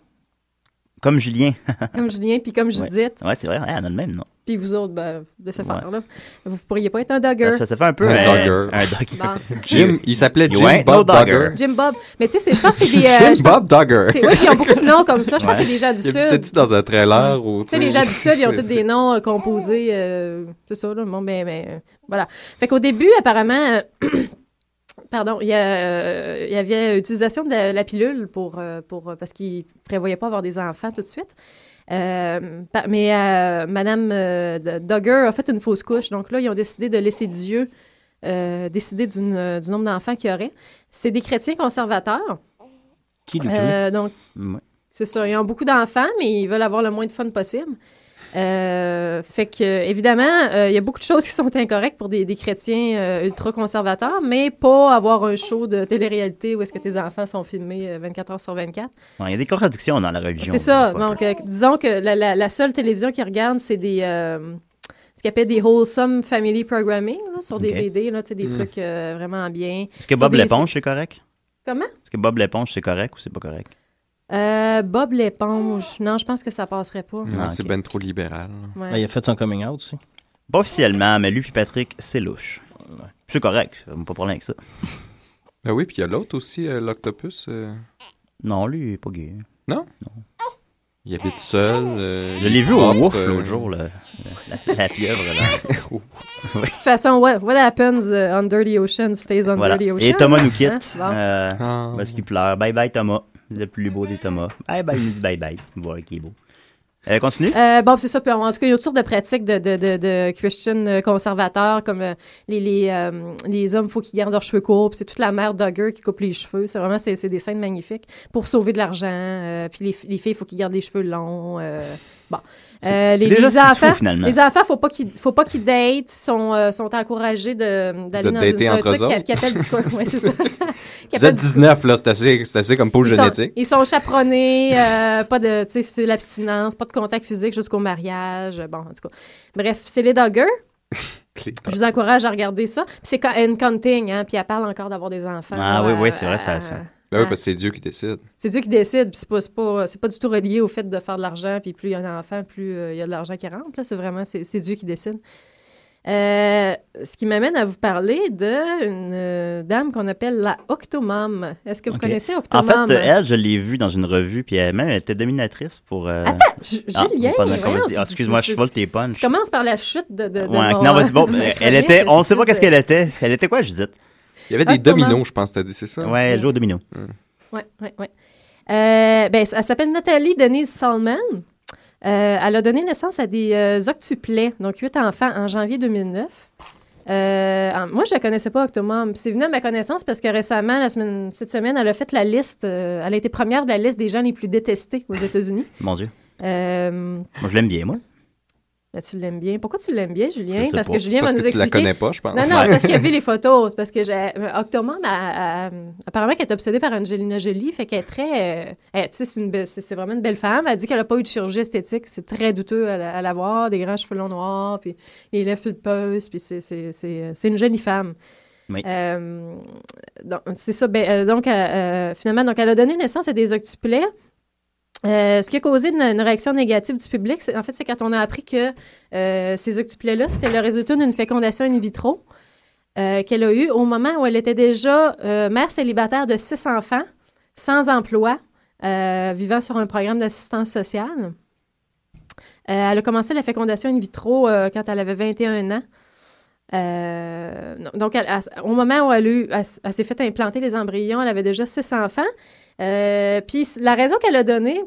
Speaker 1: Comme Julien.
Speaker 4: Comme Julien, puis comme Judith,
Speaker 1: Ouais, c'est vrai. Ouais, on a le même, non?
Speaker 4: puis vous autres, ben, de ce
Speaker 1: Ouais.
Speaker 4: faire-là, vous pourriez pas être un
Speaker 1: Ça,
Speaker 4: Duggar.
Speaker 1: ça fait un peu.
Speaker 3: Un
Speaker 1: euh,
Speaker 3: dogger.
Speaker 1: Un dogger.
Speaker 4: Bon.
Speaker 3: Jim, il s'appelait
Speaker 1: You
Speaker 3: Jim
Speaker 1: ain't
Speaker 3: Bob
Speaker 1: no
Speaker 3: Dogger.
Speaker 1: dogger.
Speaker 4: Jim Bob. Mais tu sais, c'est- je pense que c'est des... euh, je
Speaker 3: Jim Bob Dogger.
Speaker 4: C'est eux qui ont beaucoup de noms comme ça. Je pense que c'est des gens du
Speaker 3: Il
Speaker 4: Sud.
Speaker 3: habitait-tu dans un trailer ou...
Speaker 4: Tu sais, les gens du Sud, ils ont tous des noms euh, composés. euh, c'est ça, là. Bon, ben, ben, euh, voilà. Fait qu'au début, apparemment, euh, pardon, il y, a, euh, il y avait utilisation de la, la pilule pour, euh, pour, euh, parce qu'ils prévoyaient pas avoir des enfants tout de suite. Euh, par- mais euh, Madame euh, D- Duggar a fait une fausse couche. Donc là, ils ont décidé de laisser Dieu euh, décider d'une- euh, du nombre d'enfants qu'il y aurait. C'est des chrétiens conservateurs.
Speaker 6: Qui lui
Speaker 4: Euh, donc,
Speaker 1: Ouais.
Speaker 4: c'est ça. Ils ont beaucoup d'enfants, mais ils veulent avoir le moins de fun possible. Euh, fait que, évidemment, euh, il y a beaucoup de choses qui sont incorrectes pour des, des chrétiens euh, ultra-conservateurs, mais pas avoir un show de télé-réalité où est-ce que tes enfants sont filmés euh, 24 heures sur 24.
Speaker 1: Ouais, Il y a des contradictions dans la religion.
Speaker 4: C'est ça.
Speaker 1: des fois.
Speaker 4: Donc, euh, disons que la, la- la seule télévision qu'ils regardent, c'est des. euh, ce qu'ils appellent des wholesome family programming là, sur des
Speaker 1: Ok.
Speaker 4: VD, là, tu sais, des
Speaker 3: Mm.
Speaker 4: trucs euh, vraiment bien.
Speaker 1: Est-ce que
Speaker 4: sur
Speaker 1: Bob
Speaker 4: des-
Speaker 1: l'éponge, c'est correct?
Speaker 4: Comment?
Speaker 1: Est-ce que Bob l'éponge, c'est correct ou c'est pas correct?
Speaker 4: Euh, Bob l'éponge. Non, je pense que ça passerait pas.
Speaker 3: Non,
Speaker 1: Ah,
Speaker 3: c'est
Speaker 1: ok.
Speaker 3: ben trop libéral.
Speaker 4: Ouais.
Speaker 6: Mm. Ben, il a fait son coming out aussi.
Speaker 1: Pas officiellement, mais lui puis Patrick, c'est louche. C'est correct. Pas de problème avec ça.
Speaker 3: Ben oui, puis il y a l'autre aussi, euh, l'octopus. euh,
Speaker 1: Non, lui, il est pas gay.
Speaker 3: Il habite seul. euh,
Speaker 1: Je l'ai vu au
Speaker 3: propre,
Speaker 1: Wouf
Speaker 3: euh,
Speaker 1: l'autre Ah, jour, là. La, la pieuvre, là.
Speaker 4: De toute façon, what, what happens uh, under the ocean stays under
Speaker 1: Voilà.
Speaker 4: the ocean.
Speaker 1: Et Thomas nous
Speaker 4: Hein?
Speaker 1: quitte.
Speaker 4: Bon.
Speaker 1: euh,
Speaker 3: Ah,
Speaker 1: parce qu'il pleure. Bye bye, Thomas. Le plus beau des Thomas. Bye bye, il nous dit bye bye. Voilà qui est beau. Euh, continue.
Speaker 4: Euh, bon, c'est ça. Puis, en tout cas, il y a toutes sortes de pratiques de, de, de, de Christian euh, conservateurs, comme euh, les, les, euh, les hommes, faut qu'ils gardent leurs cheveux courts. Puis c'est toute la mère Duggar qui coupe les cheveux. C'est vraiment, c'est c'est des scènes magnifiques pour sauver de l'argent. Euh, puis les, fi- les filles, faut qu'ils gardent les cheveux longs. euh, bon. Euh, les,
Speaker 1: déjà
Speaker 4: les
Speaker 1: ce petit
Speaker 4: enfants,
Speaker 1: fou, finalement.
Speaker 4: les enfants, faut pas qu'ils, faut pas qu'ils datent. Sont, euh, sont encouragés de, d'aller
Speaker 3: De
Speaker 4: dans
Speaker 3: dater
Speaker 4: une- un
Speaker 3: entre
Speaker 4: truc
Speaker 3: eux
Speaker 4: qui,
Speaker 3: autres.
Speaker 4: qui appelle du quoi. Ouais, c'est ça. Qui
Speaker 3: Vous
Speaker 4: appelle
Speaker 3: êtes
Speaker 4: du-
Speaker 3: 19, là, c'est assez, c'est assez comme pôle
Speaker 4: ils sont-
Speaker 3: génétique.
Speaker 4: Ils sont chaperonnés, euh, pas de, tu sais, c'est l'abstinence, pas de contact physique jusqu'au mariage. Bon, en tout cas. Bref, c'est les Dogger.
Speaker 3: Ben
Speaker 4: Je vous encourage à regarder ça. Puis c'est une counting, hein, puis elle parle encore d'avoir des enfants.
Speaker 1: Ah oui,
Speaker 4: Euh,
Speaker 1: oui, c'est vrai, ça-
Speaker 4: euh,
Speaker 1: ça-
Speaker 3: Ben oui, parce que c'est Dieu qui décide.
Speaker 4: C'est Dieu qui décide, puis c'est pas, c'est pas, c'est pas du tout relié au fait de faire de l'argent, puis plus il y a un enfant, plus euh, il y a de l'argent qui rentre. là. C'est vraiment, c'est c'est Dieu qui décide. Euh, ce qui m'amène à vous parler d'une euh, dame qu'on appelle la Octomom. Est-ce que vous
Speaker 1: Ok.
Speaker 4: connaissez
Speaker 1: En
Speaker 4: Octomom?
Speaker 1: fait, euh, elle, je l'ai vue dans une revue, puis elle, même, elle était dominatrice pour. euh,
Speaker 4: J-
Speaker 1: ah,
Speaker 4: Julien,
Speaker 1: pendant qu'on va
Speaker 4: voyons,
Speaker 1: dire-
Speaker 4: tu-
Speaker 1: ah, excuse-moi,
Speaker 4: tu-
Speaker 1: je vole
Speaker 4: tu-
Speaker 1: tes punchs.
Speaker 4: Tu commences par la chute de, de, de
Speaker 1: Ouais,
Speaker 4: mon-
Speaker 1: non, vas-y, bon,
Speaker 4: de ma
Speaker 1: elle- elle
Speaker 4: chronique,
Speaker 1: était, on
Speaker 4: qu'est-ce
Speaker 1: sait pas
Speaker 4: que
Speaker 1: qu'est-ce
Speaker 4: c'est?
Speaker 1: qu'elle était. Elle était quoi, Judith?
Speaker 3: Il y avait des
Speaker 4: Ah, comment?
Speaker 3: dominos, je pense, t'as dit, c'est ça?
Speaker 1: Ouais, elle joue au domino.
Speaker 4: Ouais, ouais, ouais. Euh, ben, elle s'appelle Nathalie Denise Salman. Euh, elle a donné naissance à des euh, octuplets, donc huit enfants, en janvier 2009. Euh, en- moi, je ne connaissais pas Octomom. C'est venu à ma connaissance parce que récemment, la semaine, cette semaine, elle a fait la liste. euh, elle a été première de la liste des gens les plus détestés aux États-Unis.
Speaker 1: Mon Dieu.
Speaker 4: Euh,
Speaker 1: Moi, je l'aime bien, moi.
Speaker 4: ben, tu l'aimes bien. Pourquoi tu l'aimes bien, Julien?
Speaker 1: Je sais
Speaker 4: Parce
Speaker 1: pas.
Speaker 4: que Julien
Speaker 3: Parce
Speaker 4: va nous
Speaker 3: que tu la
Speaker 4: expliquer.
Speaker 3: connais pas, je pense.
Speaker 4: Non, non, c'est parce qu'elle vu les photos. C'est parce que j'ai. euh, Octomom, elle- elle- elle- apparemment, qu'elle est obsédée par Angelina Jolie. Fait qu'elle est très. euh, elle- tu sais, c'est une belle- c'est c'est vraiment une belle femme. Elle dit qu'elle n'a pas eu de chirurgie esthétique. C'est très douteux à, la- à la voir. Des grands cheveux longs noirs, puis les lèvres pulpeuses. Puis c'est- c'est c'est, euh, c'est une jolie femme.
Speaker 1: Oui.
Speaker 4: Euh, donc, c'est ça. Ben, euh, donc, euh, euh, finalement, donc, elle a donné naissance à des octuplets. Euh, ce qui a causé une, une réaction négative du public, c'est- en fait, c'est quand on a appris que euh, ces octuplets-là, c'était le résultat d'une fécondation in vitro euh, qu'elle a eue au moment où elle était déjà euh, mère célibataire de six enfants, sans emploi, euh, vivant sur un programme d'assistance sociale. Euh, elle a commencé la fécondation in vitro euh, quand elle avait 21 ans. Euh, non, donc, elle- elle- au moment où elle, a eu- elle s- elle s'est fait implanter les embryons, elle avait déjà six enfants. Euh, Puis c- la raison qu'elle a donnée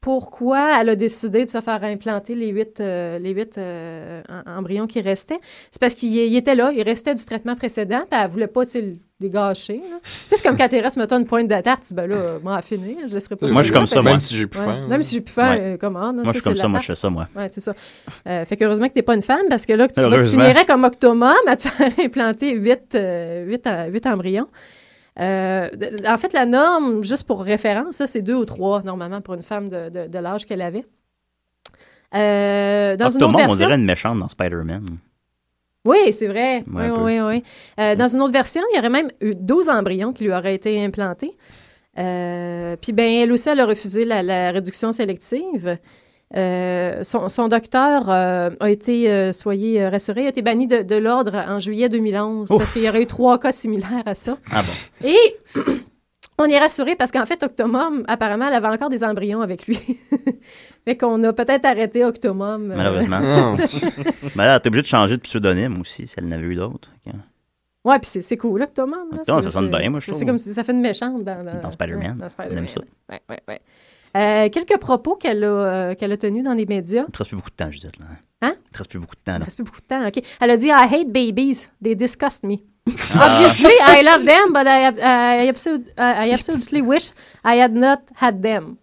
Speaker 4: pourquoi elle a décidé de se faire implanter les huit, euh, les huit euh, em- embryons qui restaient, c'est parce qu'il y- il était là, il restait du traitement précédent, puis elle voulait pas tu sais, le- les gâcher. là. Tu sais, c'est comme quand il reste, mettons, une pointe de tarte, tu dis, ben là, moi, à finir, je laisserai pas.
Speaker 1: Moi, je suis
Speaker 4: finir.
Speaker 1: comme
Speaker 4: Fait que-
Speaker 1: ça, moi.
Speaker 3: Même si j'ai pu
Speaker 4: Ouais.
Speaker 3: faire.
Speaker 4: Non, mais si j'ai pu faire,
Speaker 1: Ouais.
Speaker 4: euh, comment?
Speaker 1: Moi, je suis comme ça, moi, je fais ça, moi.
Speaker 4: Ouais, c'est ça. Euh, fait qu'heureusement que t'es pas une femme, parce que là, que tu, vas- tu
Speaker 1: Heureusement.
Speaker 4: finirais comme Octomom à te faire implanter huit, euh, huit, euh, huit embryons. Euh, de- en fait, la norme, juste pour référence, ça, c'est deux ou trois, normalement, pour une femme de, de- de l'âge qu'elle avait. Euh, dans une autre
Speaker 1: Octomom, on
Speaker 4: version...
Speaker 1: dirait une méchante dans Spider-Man.
Speaker 4: Oui, c'est vrai.
Speaker 1: Ouais, un
Speaker 4: oui,
Speaker 1: peu.
Speaker 4: oui, oui. Euh, dans une autre version, il y aurait même eu 12 embryons qui lui auraient été implantés. Euh, Puis, ben, elle aussi, elle a refusé la, la réduction sélective. Euh, son, son docteur euh, a été, euh, soyez euh, rassurés, a été banni de, de l'ordre en juillet 2011
Speaker 1: Ouf.
Speaker 4: parce qu'il y aurait eu trois cas similaires à ça.
Speaker 1: Ah bon?
Speaker 4: Et on est rassuré parce qu'en fait, Octomom, apparemment, elle avait encore des embryons avec lui. fait qu'on a peut-être arrêté Octomom. euh,
Speaker 1: Malheureusement.
Speaker 3: Non.
Speaker 1: Mais là, t'es obligé de changer de pseudonyme aussi, si elle n'avait eu d'autres. Ok.
Speaker 4: Ouais, puis c'est- c'est cool, là, que Thomas. là.
Speaker 1: Thomas,
Speaker 4: C'est-
Speaker 1: ça sonne
Speaker 4: c'est-
Speaker 1: bien, moi, je
Speaker 4: c'est-
Speaker 1: trouve.
Speaker 4: C'est comme si ça fait une méchante dans, dans,
Speaker 1: Dans Spider-Man.
Speaker 4: Dans
Speaker 1: On aime ça.
Speaker 4: Ouais, ouais, ouais. Euh, quelques propos qu'elle a, euh, qu'elle a tenus dans les médias.
Speaker 1: Il te reste plus beaucoup de temps, Judith. Là.
Speaker 4: Hein?
Speaker 1: Il te reste plus beaucoup de temps.
Speaker 4: Il
Speaker 1: Là.
Speaker 4: reste plus beaucoup de temps. OK. Elle a dit I hate babies. They disgust me.
Speaker 1: Ah.
Speaker 4: Obviously, I love them, but I, I, absolu- I absolutely wish I had not had them.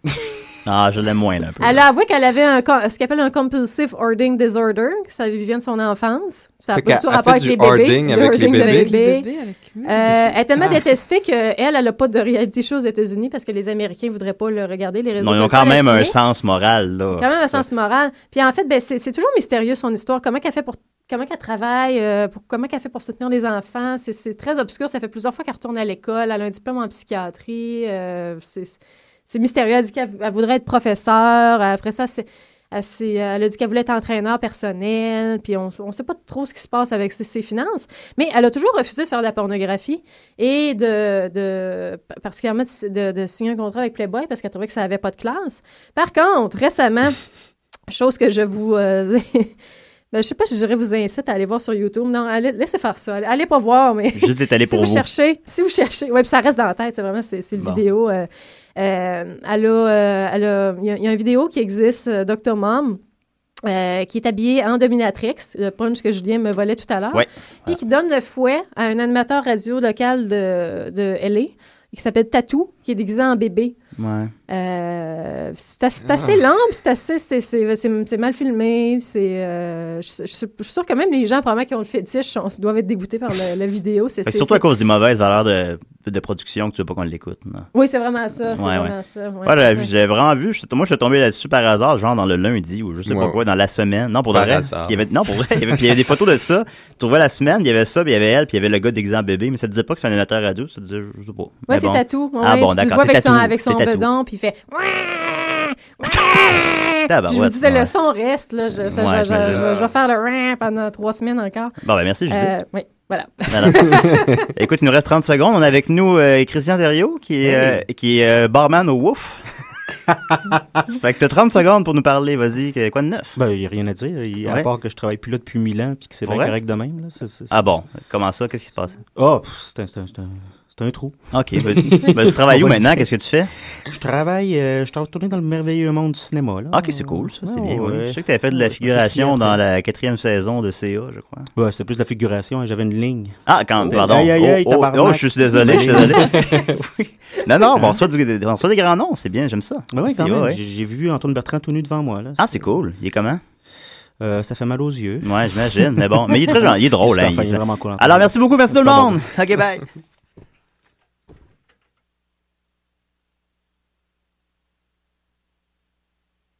Speaker 1: Ah, je l'aime moins, là, un peu.
Speaker 4: Elle a avoué qu'elle avait un, com- ce qu'on appelle un compulsive hoarding disorder, que ça vient de son enfance. Ça a pas
Speaker 3: Fait
Speaker 4: du
Speaker 3: qu'elle-
Speaker 4: tout
Speaker 3: elle
Speaker 4: rapport
Speaker 3: fait
Speaker 4: avec
Speaker 3: du
Speaker 4: les bébés.
Speaker 3: hoarding
Speaker 4: Du
Speaker 3: avec les
Speaker 4: hoarding de
Speaker 3: bébés.
Speaker 5: Avec les bébés, avec lui.
Speaker 1: Mm.
Speaker 4: Euh, elle est
Speaker 1: Ah.
Speaker 4: tellement détestée qu'elle, elle n'a pas de réalité show aux États-Unis parce que les Américains ne voudraient pas le regarder, les réseaux
Speaker 1: Non, ils ont
Speaker 4: sociaux,
Speaker 1: quand même
Speaker 4: la
Speaker 1: un
Speaker 4: signer.
Speaker 1: sens moral, là.
Speaker 4: Quand même un sens moral. Puis en fait, ben, c'est, c'est toujours mystérieux son histoire. Comment qu'elle fait pour comment qu'elle travaille, euh, pour, comment qu'elle fait pour soutenir les enfants. C'est, c'est très obscur. Ça fait plusieurs fois qu'elle retourne à l'école. Elle a un diplôme en psychiatrie. euh, c'est, c'est mystérieux. Elle dit qu'elle elle voudrait être professeure. Après ça, c'est, elle, s'est- elle a dit qu'elle voulait être entraîneur personnel. Puis on ne sait pas trop ce qui se passe avec ses, ses finances. Mais elle a toujours refusé de faire de la pornographie et de, de particulièrement de, de- de signer un contrat avec Playboy parce qu'elle trouvait que ça n'avait pas de classe. Par contre, récemment, chose que je vous... euh, ben, je sais pas si je dirais vous incite à aller voir sur YouTube. Non, allez, laissez faire ça. Allez, allez pas voir, mais
Speaker 1: Judith est allée
Speaker 4: si
Speaker 1: pour
Speaker 4: vous,
Speaker 1: vous.
Speaker 4: cherchez, si vous cherchez, ouais, puis ça reste dans la tête, c'est vraiment, c'est, c'est le
Speaker 1: Bon.
Speaker 4: vidéo. euh, euh, elle a, euh, elle a- il y a- il y, a une vidéo qui existe, euh, Dr. Mom, euh, qui est habillée en dominatrix, le punch que Julien me volait tout à l'heure,
Speaker 1: Ouais.
Speaker 4: puis qui donne le fouet à un animateur radio local de, de LA, qui s'appelle Tatou, qui est déguisé en bébé.
Speaker 1: Ouais.
Speaker 4: Euh, c'est assez, c'est assez
Speaker 1: Ah.
Speaker 4: lent, puis c'est assez, c'est, c'est- c'est- c'est mal filmé. C'est, euh, je, je- je suis sûre que même les gens probablement qui ont le fétiche sont- doivent être dégoûtés par le- la vidéo. C'est,
Speaker 1: Fait que
Speaker 4: c'est-
Speaker 1: Ben, surtout à
Speaker 4: c'est-
Speaker 1: cause des mauvaises valeurs de, de production que tu veux pas qu'on l'écoute. non.
Speaker 4: Oui, c'est vraiment ça. C'est
Speaker 1: Ouais,
Speaker 4: vraiment ça. ouais.
Speaker 1: Ouais, j'avais vu-
Speaker 4: Ouais.
Speaker 1: j'avais vraiment vu. j'étais- Moi, je suis tombé là-dessus par hasard, genre dans le lundi ou je sais pas
Speaker 3: Ouais.
Speaker 1: quoi, dans la semaine. Non, pour de
Speaker 3: Par
Speaker 1: vrai.
Speaker 3: hasard.
Speaker 1: Puis il y avait, non, pour vrai. il y avait- puis il y avait des photos de ça. Tu trouvais la semaine, il y avait ça, puis il y avait elle, puis il y avait le gars déguisé en bébé, mais ça disait pas que c'est un animateur radio, ça disait, je je sais pas.
Speaker 4: Ouais,
Speaker 1: Mais
Speaker 4: c'est
Speaker 1: bon.
Speaker 4: tatou.
Speaker 1: Ah
Speaker 4: Tu
Speaker 1: bon,
Speaker 4: le
Speaker 1: d'accord,
Speaker 4: vois
Speaker 1: c'est
Speaker 4: avec son,
Speaker 1: Tatou,
Speaker 4: avec son
Speaker 1: c'est Tatou.
Speaker 4: bedon, puis il fait.
Speaker 1: Tabarouette,
Speaker 4: je vous disais,
Speaker 1: ouais.
Speaker 4: le son reste. Là, je, ça,
Speaker 1: Ouais,
Speaker 4: je- je-
Speaker 1: j'imagine.
Speaker 4: je- je vais faire le pendant trois semaines encore.
Speaker 1: Bon, ben merci, Judith.
Speaker 4: Euh, oui, voilà.
Speaker 1: Alors, écoute, il nous reste 30 secondes. On a avec nous euh, Christian Thériault, qui est, euh, qui est euh, barman au Wouf. fait que t'as 30 secondes pour nous parler. Vas-y, que- quoi de neuf?
Speaker 10: Ben, il n'y a rien à dire. Il-
Speaker 1: Ouais.
Speaker 10: À part que je travaille plus là depuis mille ans puis que c'est
Speaker 1: Pour
Speaker 10: bien
Speaker 1: vrai?
Speaker 10: correct de même. Là. C'est, c'est- c'est-
Speaker 1: Ah bon, comment ça? Qu'est-ce qui se passe?
Speaker 10: Ah, pff, c'est un, c'est un- c'est un- c'est
Speaker 6: C'est un trou.
Speaker 1: OK. ben, ben, tu travailles où
Speaker 6: On va
Speaker 1: maintenant?
Speaker 6: dire.
Speaker 1: Qu'est-ce que tu fais?
Speaker 6: Je travaille, euh, je suis retourné dans le merveilleux monde du cinéma. Là.
Speaker 1: OK, c'est cool, ça. C'est
Speaker 6: Ouais,
Speaker 1: bien, oui.
Speaker 6: ouais.
Speaker 1: Je sais que tu avais fait de la
Speaker 6: Ouais,
Speaker 1: figuration
Speaker 6: je
Speaker 1: dans
Speaker 6: fais
Speaker 1: la quatrième saison de CA, je crois.
Speaker 6: Ouais, c'était plus de la figuration, hein, j'avais une ligne.
Speaker 1: Ah, quand,
Speaker 6: C'était-
Speaker 1: pardon.
Speaker 6: Aïe, aïe, aïe,
Speaker 1: oh, oh,
Speaker 6: tabarnak.
Speaker 1: oh, je suis désolé, je suis désolé. Non, non, bon, on reçoit du- on reçoit des grands noms, c'est bien, j'aime ça.
Speaker 6: Ouais, ouais,
Speaker 1: C'est-
Speaker 6: quand même.
Speaker 1: ouais.
Speaker 6: J'ai j'ai vu Antoine Bertrand tout nu devant moi. Là.
Speaker 1: Ah, c'est cool. Il est comment?
Speaker 6: Euh, ça fait mal aux yeux.
Speaker 1: Ouais, j'imagine. Mais bon, mais il est très gentil, il est drôle.
Speaker 6: Super
Speaker 1: hein,
Speaker 6: fin,
Speaker 1: il est-
Speaker 6: il est vraiment cool, Antoine.
Speaker 1: Alors, merci beaucoup, merci tout le
Speaker 6: Super
Speaker 1: monde. OK, bye.